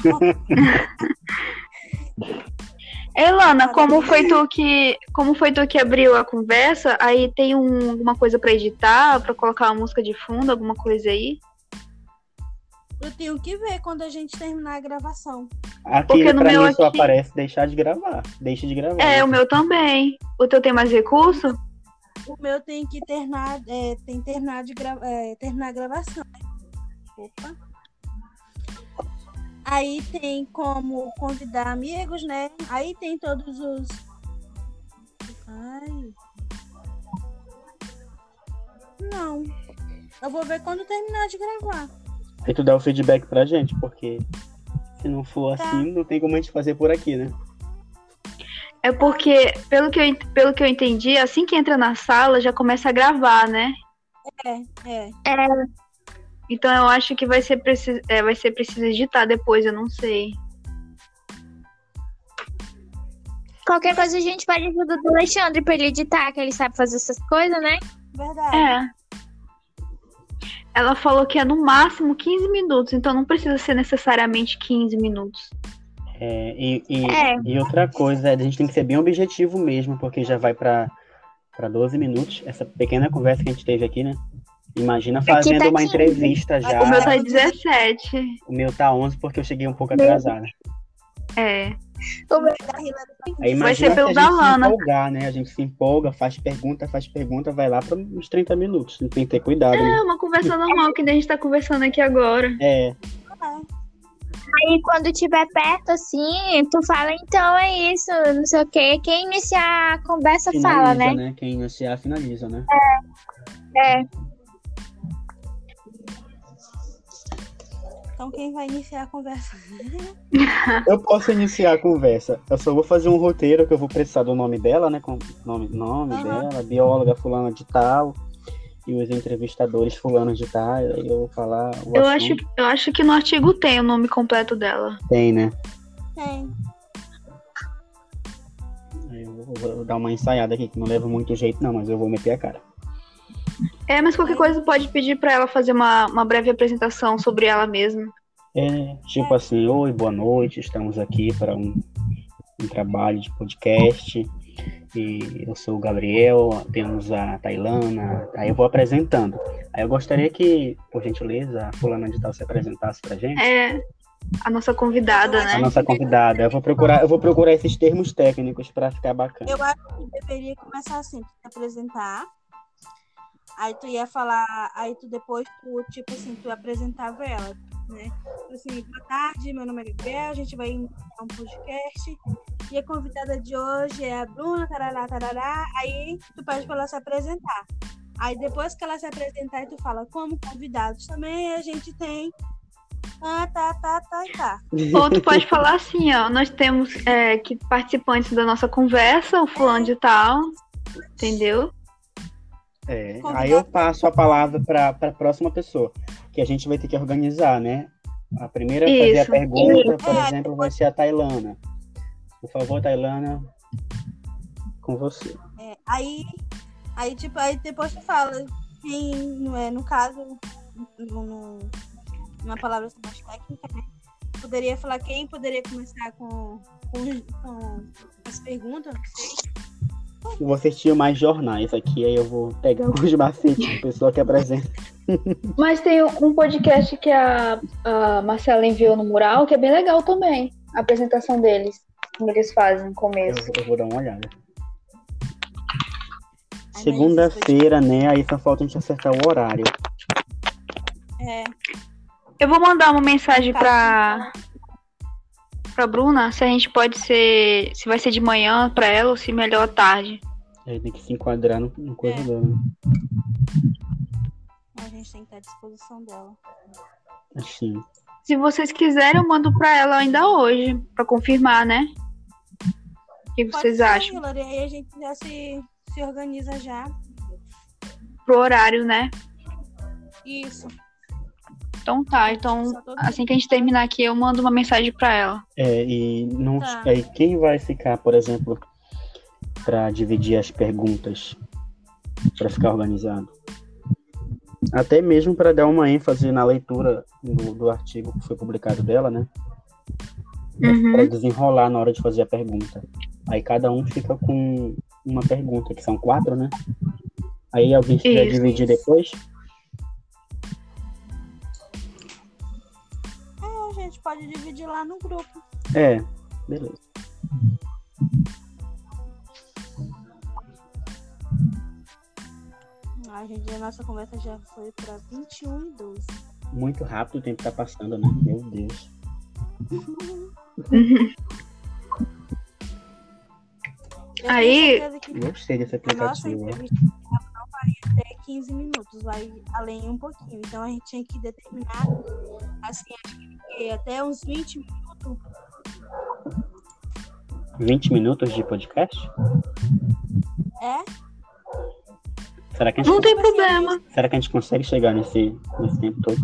Speaker 1: Elana, como foi tu que. Como foi tu que abriu a conversa? Aí tem um- alguma coisa pra editar, pra colocar uma música de fundo, alguma coisa aí?
Speaker 5: Eu tenho que ver quando a gente terminar a gravação.
Speaker 4: Aqui
Speaker 1: Porque
Speaker 4: pra
Speaker 1: no
Speaker 4: mim
Speaker 1: meu
Speaker 4: só
Speaker 1: aqui-
Speaker 4: aparece deixar de gravar. Deixa de gravar.
Speaker 1: É,
Speaker 4: né?
Speaker 1: o meu também. O teu tem mais recurso?
Speaker 5: O meu tem que terminar, é, tem que terminar, de gra- é, terminar a gravação. Opa. Aí tem como convidar amigos, né? Aí tem todos os. Ai. Não. Eu vou ver quando terminar de gravar.
Speaker 4: E tu dá o feedback pra gente, porque se não for
Speaker 5: Tá.
Speaker 4: assim, não tem como a gente fazer por aqui, né?
Speaker 1: É porque, pelo que, eu, ent- pelo que eu entendi, assim que entra na sala, já começa a gravar, né?
Speaker 5: É.
Speaker 1: Então eu acho que vai ser preciso, é, vai ser preciso editar depois, eu não sei.
Speaker 3: Qualquer coisa a gente pede ajuda do Alexandre pra ele editar, que ele sabe fazer essas coisas, né?
Speaker 5: Verdade.
Speaker 1: É. Ela falou que é no máximo 15 minutos, então não precisa ser necessariamente 15 minutos.
Speaker 4: É, e, e-
Speaker 3: É.
Speaker 4: e outra coisa, a gente tem que ser bem objetivo mesmo, porque já vai pra pra 12 minutos, essa pequena conversa que a gente teve aqui, né? Imagina
Speaker 3: tá
Speaker 4: fazendo uma
Speaker 3: 15.
Speaker 4: entrevista já.
Speaker 1: O meu tá 17.
Speaker 4: O meu tá 11 porque eu cheguei um pouco atrasada.
Speaker 1: É.
Speaker 5: Da Hilary
Speaker 4: Aí
Speaker 1: Vai
Speaker 4: imagina
Speaker 1: ser pelo
Speaker 4: se a gente
Speaker 1: da
Speaker 4: se
Speaker 1: Lana.
Speaker 4: empolgar, né? A gente se empolga, faz pergunta, faz pergunta, vai lá pra uns 30 minutos. Tem que ter cuidado, né?
Speaker 1: É uma conversa normal que nem a gente tá conversando aqui agora.
Speaker 4: É,
Speaker 5: Ah,
Speaker 3: Aí quando tiver perto, assim, tu fala, então é isso, não sei o quê. Quem iniciar a conversa
Speaker 4: finaliza,
Speaker 3: fala, né?
Speaker 4: Quem iniciar, finaliza, né?
Speaker 5: Então quem vai iniciar a conversa?
Speaker 4: Eu posso iniciar a conversa. Eu só vou fazer um roteiro que eu vou precisar do nome dela, né? Com nome, nome
Speaker 5: Aham.
Speaker 4: dela, bióloga fulana de tal. E os entrevistadores fulanos de tal. Aí eu vou falar o
Speaker 1: Eu acho,
Speaker 4: assunto.
Speaker 1: eu acho que no artigo tem o nome completo dela.
Speaker 4: Tem, né?
Speaker 5: Tem.
Speaker 4: Aí eu vou, vou dar uma ensaiada aqui, que não leva muito jeito não, mas eu vou meter a cara.
Speaker 1: É, mas qualquer coisa pode pedir pra ela fazer uma, uma breve apresentação sobre ela mesma.
Speaker 4: É, tipo assim, oi, boa noite, estamos aqui para um, um trabalho de podcast. E eu sou o Gabriel, temos a Tailana, aí eu vou apresentando. Aí eu gostaria que, por gentileza, a fulana de tal se apresentasse pra gente.
Speaker 1: É a nossa convidada,
Speaker 4: A
Speaker 1: né?
Speaker 4: nossa convidada. Eu vou procurar, eu vou procurar esses termos técnicos para ficar bacana.
Speaker 5: Eu acho que deveria começar assim, tu te apresentar. Aí tu ia falar, aí tu depois tu, tipo assim, tu apresentava ela, né? Tipo Assim, boa tarde, meu nome é Gabriel, a gente vai iniciar um podcast. E a convidada de hoje é a Bruna, tarará, tarará. Aí tu pede pra ela se apresentar. Aí depois que ela se apresentar, aí tu fala, como convidados também a gente tem. Ah, tá, tá, tá, tá.
Speaker 1: Ou tu pode falar assim, ó, nós temos é, que participantes da nossa conversa, o fulano de tal, entendeu?
Speaker 4: É,
Speaker 5: Convidado.
Speaker 4: aí eu passo a palavra para a próxima pessoa, que a gente vai ter que organizar, né? A primeira a fazer a
Speaker 1: Isso.
Speaker 4: pergunta, por
Speaker 5: É.
Speaker 4: exemplo, vai ser a Tailana. Por favor, Tailana, com você.
Speaker 5: É, aí, aí, tipo, aí depois tu fala quem, não é, no caso, no, no- na palavra mais técnica, né? Poderia falar quem poderia começar com, com, com as perguntas, não sei.
Speaker 4: Vocês tinham mais jornais aqui, aí eu vou pegar alguns macetes da pessoa que apresenta.
Speaker 1: Mas tem um podcast que a, a Marcela enviou no mural, que é bem legal também. A apresentação deles, como eles fazem no
Speaker 4: Eu,
Speaker 1: começo.
Speaker 4: eu vou dar uma olhada.
Speaker 5: mas
Speaker 4: Segunda-feira, né? Aí só falta a gente acertar o horário.
Speaker 5: É,
Speaker 1: Eu vou mandar uma mensagem pra, pra Bruna, se a gente pode ser. Se vai ser de manhã pra ela ou se melhor à tarde.
Speaker 4: Aí tem que se enquadrar no, no coisa
Speaker 5: É.
Speaker 4: dela. né?
Speaker 5: a gente tem que estar à disposição dela.
Speaker 4: Assim.
Speaker 1: Se vocês quiserem, eu mando pra ela ainda hoje, pra confirmar, né? O que vocês
Speaker 5: ser,
Speaker 1: acham?
Speaker 5: Hilary, aí a gente já se, se organiza já.
Speaker 1: Pro horário, né?
Speaker 5: Isso.
Speaker 1: Então tá, então
Speaker 5: Só tô-
Speaker 1: assim que a gente terminar aqui, eu mando uma mensagem pra ela.
Speaker 4: É, e não,
Speaker 5: Tá.
Speaker 4: aí quem vai ficar, por exemplo, para dividir as perguntas, para ficar organizado? Até mesmo para dar uma ênfase na leitura do, do artigo que foi publicado dela, né? Para
Speaker 1: Uhum.
Speaker 4: desenrolar na hora de fazer a pergunta. Aí cada um fica com uma pergunta, que são quatro, né? Aí alguém se quiser
Speaker 1: Isso.
Speaker 4: dividir depois,
Speaker 5: A gente pode dividir lá no grupo.
Speaker 4: é, beleza.
Speaker 5: A, gente, a nossa conversa já foi pra 21 e 12.
Speaker 4: Muito rápido o tempo tá passando, né? Meu Deus.
Speaker 5: Eu
Speaker 1: Aí-
Speaker 5: tenho certeza que
Speaker 4: Gostei
Speaker 1: né?
Speaker 4: desse
Speaker 5: A nossa
Speaker 4: aplicativo. ó.
Speaker 5: entrevista ela não vai até 15 minutos, vai além um pouquinho. Então a gente tinha que determinar, assim, acho que até uns 20 minutos.
Speaker 4: 20 minutos de podcast?
Speaker 5: É?
Speaker 4: Será que a gente,
Speaker 1: Não tem
Speaker 5: Tipo assim,
Speaker 1: problema.
Speaker 4: será que a gente consegue chegar nesse, nesse tempo todo?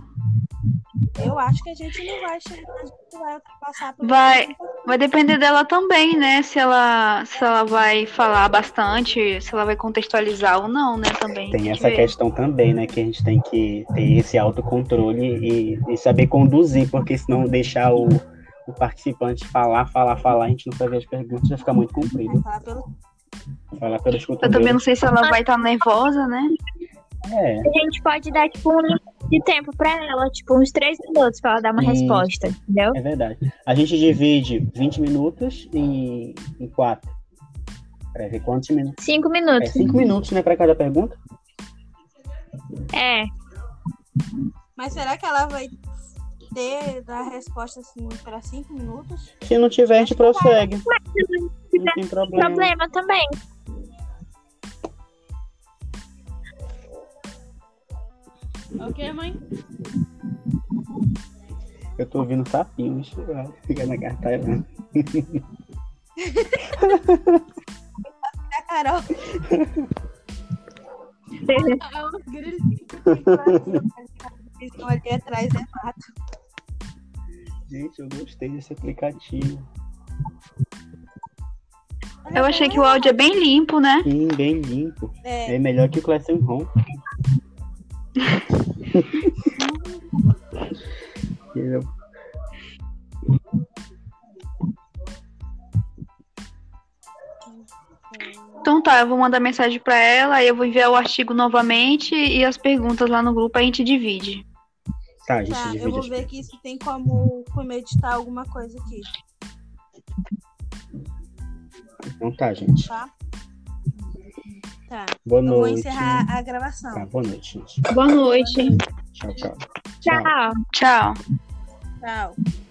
Speaker 5: Eu acho que a gente não vai chegar, a gente vai ultrapassar. pelo
Speaker 1: Vai.
Speaker 5: menos um pouquinho.
Speaker 1: Vai depender dela também, né? Se ela, se ela vai falar bastante, se ela vai contextualizar ou não, né? Também.
Speaker 4: Tem
Speaker 1: que
Speaker 4: essa
Speaker 1: ver.
Speaker 4: questão também, né? Que a gente tem que ter esse autocontrole e, e saber conduzir, porque senão deixar o, o participante falar, falar, falar, a gente não saber as perguntas, vai ficar muito comprido.
Speaker 5: Vai falar pelo-
Speaker 4: Falar pelos
Speaker 1: Eu também não
Speaker 4: cotovelos.
Speaker 1: sei se ela vai estar nervosa, né?
Speaker 4: É,
Speaker 3: A gente pode dar, tipo, um limite de tempo pra ela, tipo, uns três minutos pra ela dar uma
Speaker 4: Isso.
Speaker 3: resposta, entendeu?
Speaker 4: é verdade. A gente divide 20 minutos em, em quatro. Pra ver quantos minutos.
Speaker 3: Cinco
Speaker 4: É
Speaker 3: minutos.
Speaker 4: cinco minutos, né, pra cada pergunta?
Speaker 3: É.
Speaker 5: Mas será que ela vai ter a resposta assim para cinco minutos?
Speaker 4: Se não tiver, a gente prossegue. Não tem problema.
Speaker 3: Problema também.
Speaker 2: Ok, mãe?
Speaker 4: Eu tô ouvindo sapinho, deixa eu ficar na cartela.
Speaker 5: É, Carol.
Speaker 2: É uns gritos.
Speaker 5: Estão ali atrás, né?
Speaker 4: Gente, eu gostei desse aplicativo.
Speaker 1: Eu achei que o áudio é bem limpo, né?
Speaker 4: Sim, bem limpo.
Speaker 5: É,
Speaker 4: É melhor que o Classroom Home. Eu-
Speaker 1: Então tá, eu vou mandar mensagem pra ela, aí eu vou enviar o artigo novamente e as perguntas lá no grupo a gente divide.
Speaker 4: Tá, a gente
Speaker 5: tá, eu
Speaker 4: divide
Speaker 5: vou
Speaker 4: as
Speaker 5: ver que isso tem como, como editar alguma coisa aqui,
Speaker 4: Então tá, gente.
Speaker 5: tá? Tá.
Speaker 4: Boa
Speaker 5: Eu vou
Speaker 4: noite.
Speaker 5: encerrar a
Speaker 4: Tá,
Speaker 5: gravação.
Speaker 4: boa noite, gente.
Speaker 1: Boa noite.
Speaker 4: Tchau, tchau.
Speaker 3: Tchau.
Speaker 1: Tchau.
Speaker 5: Tchau.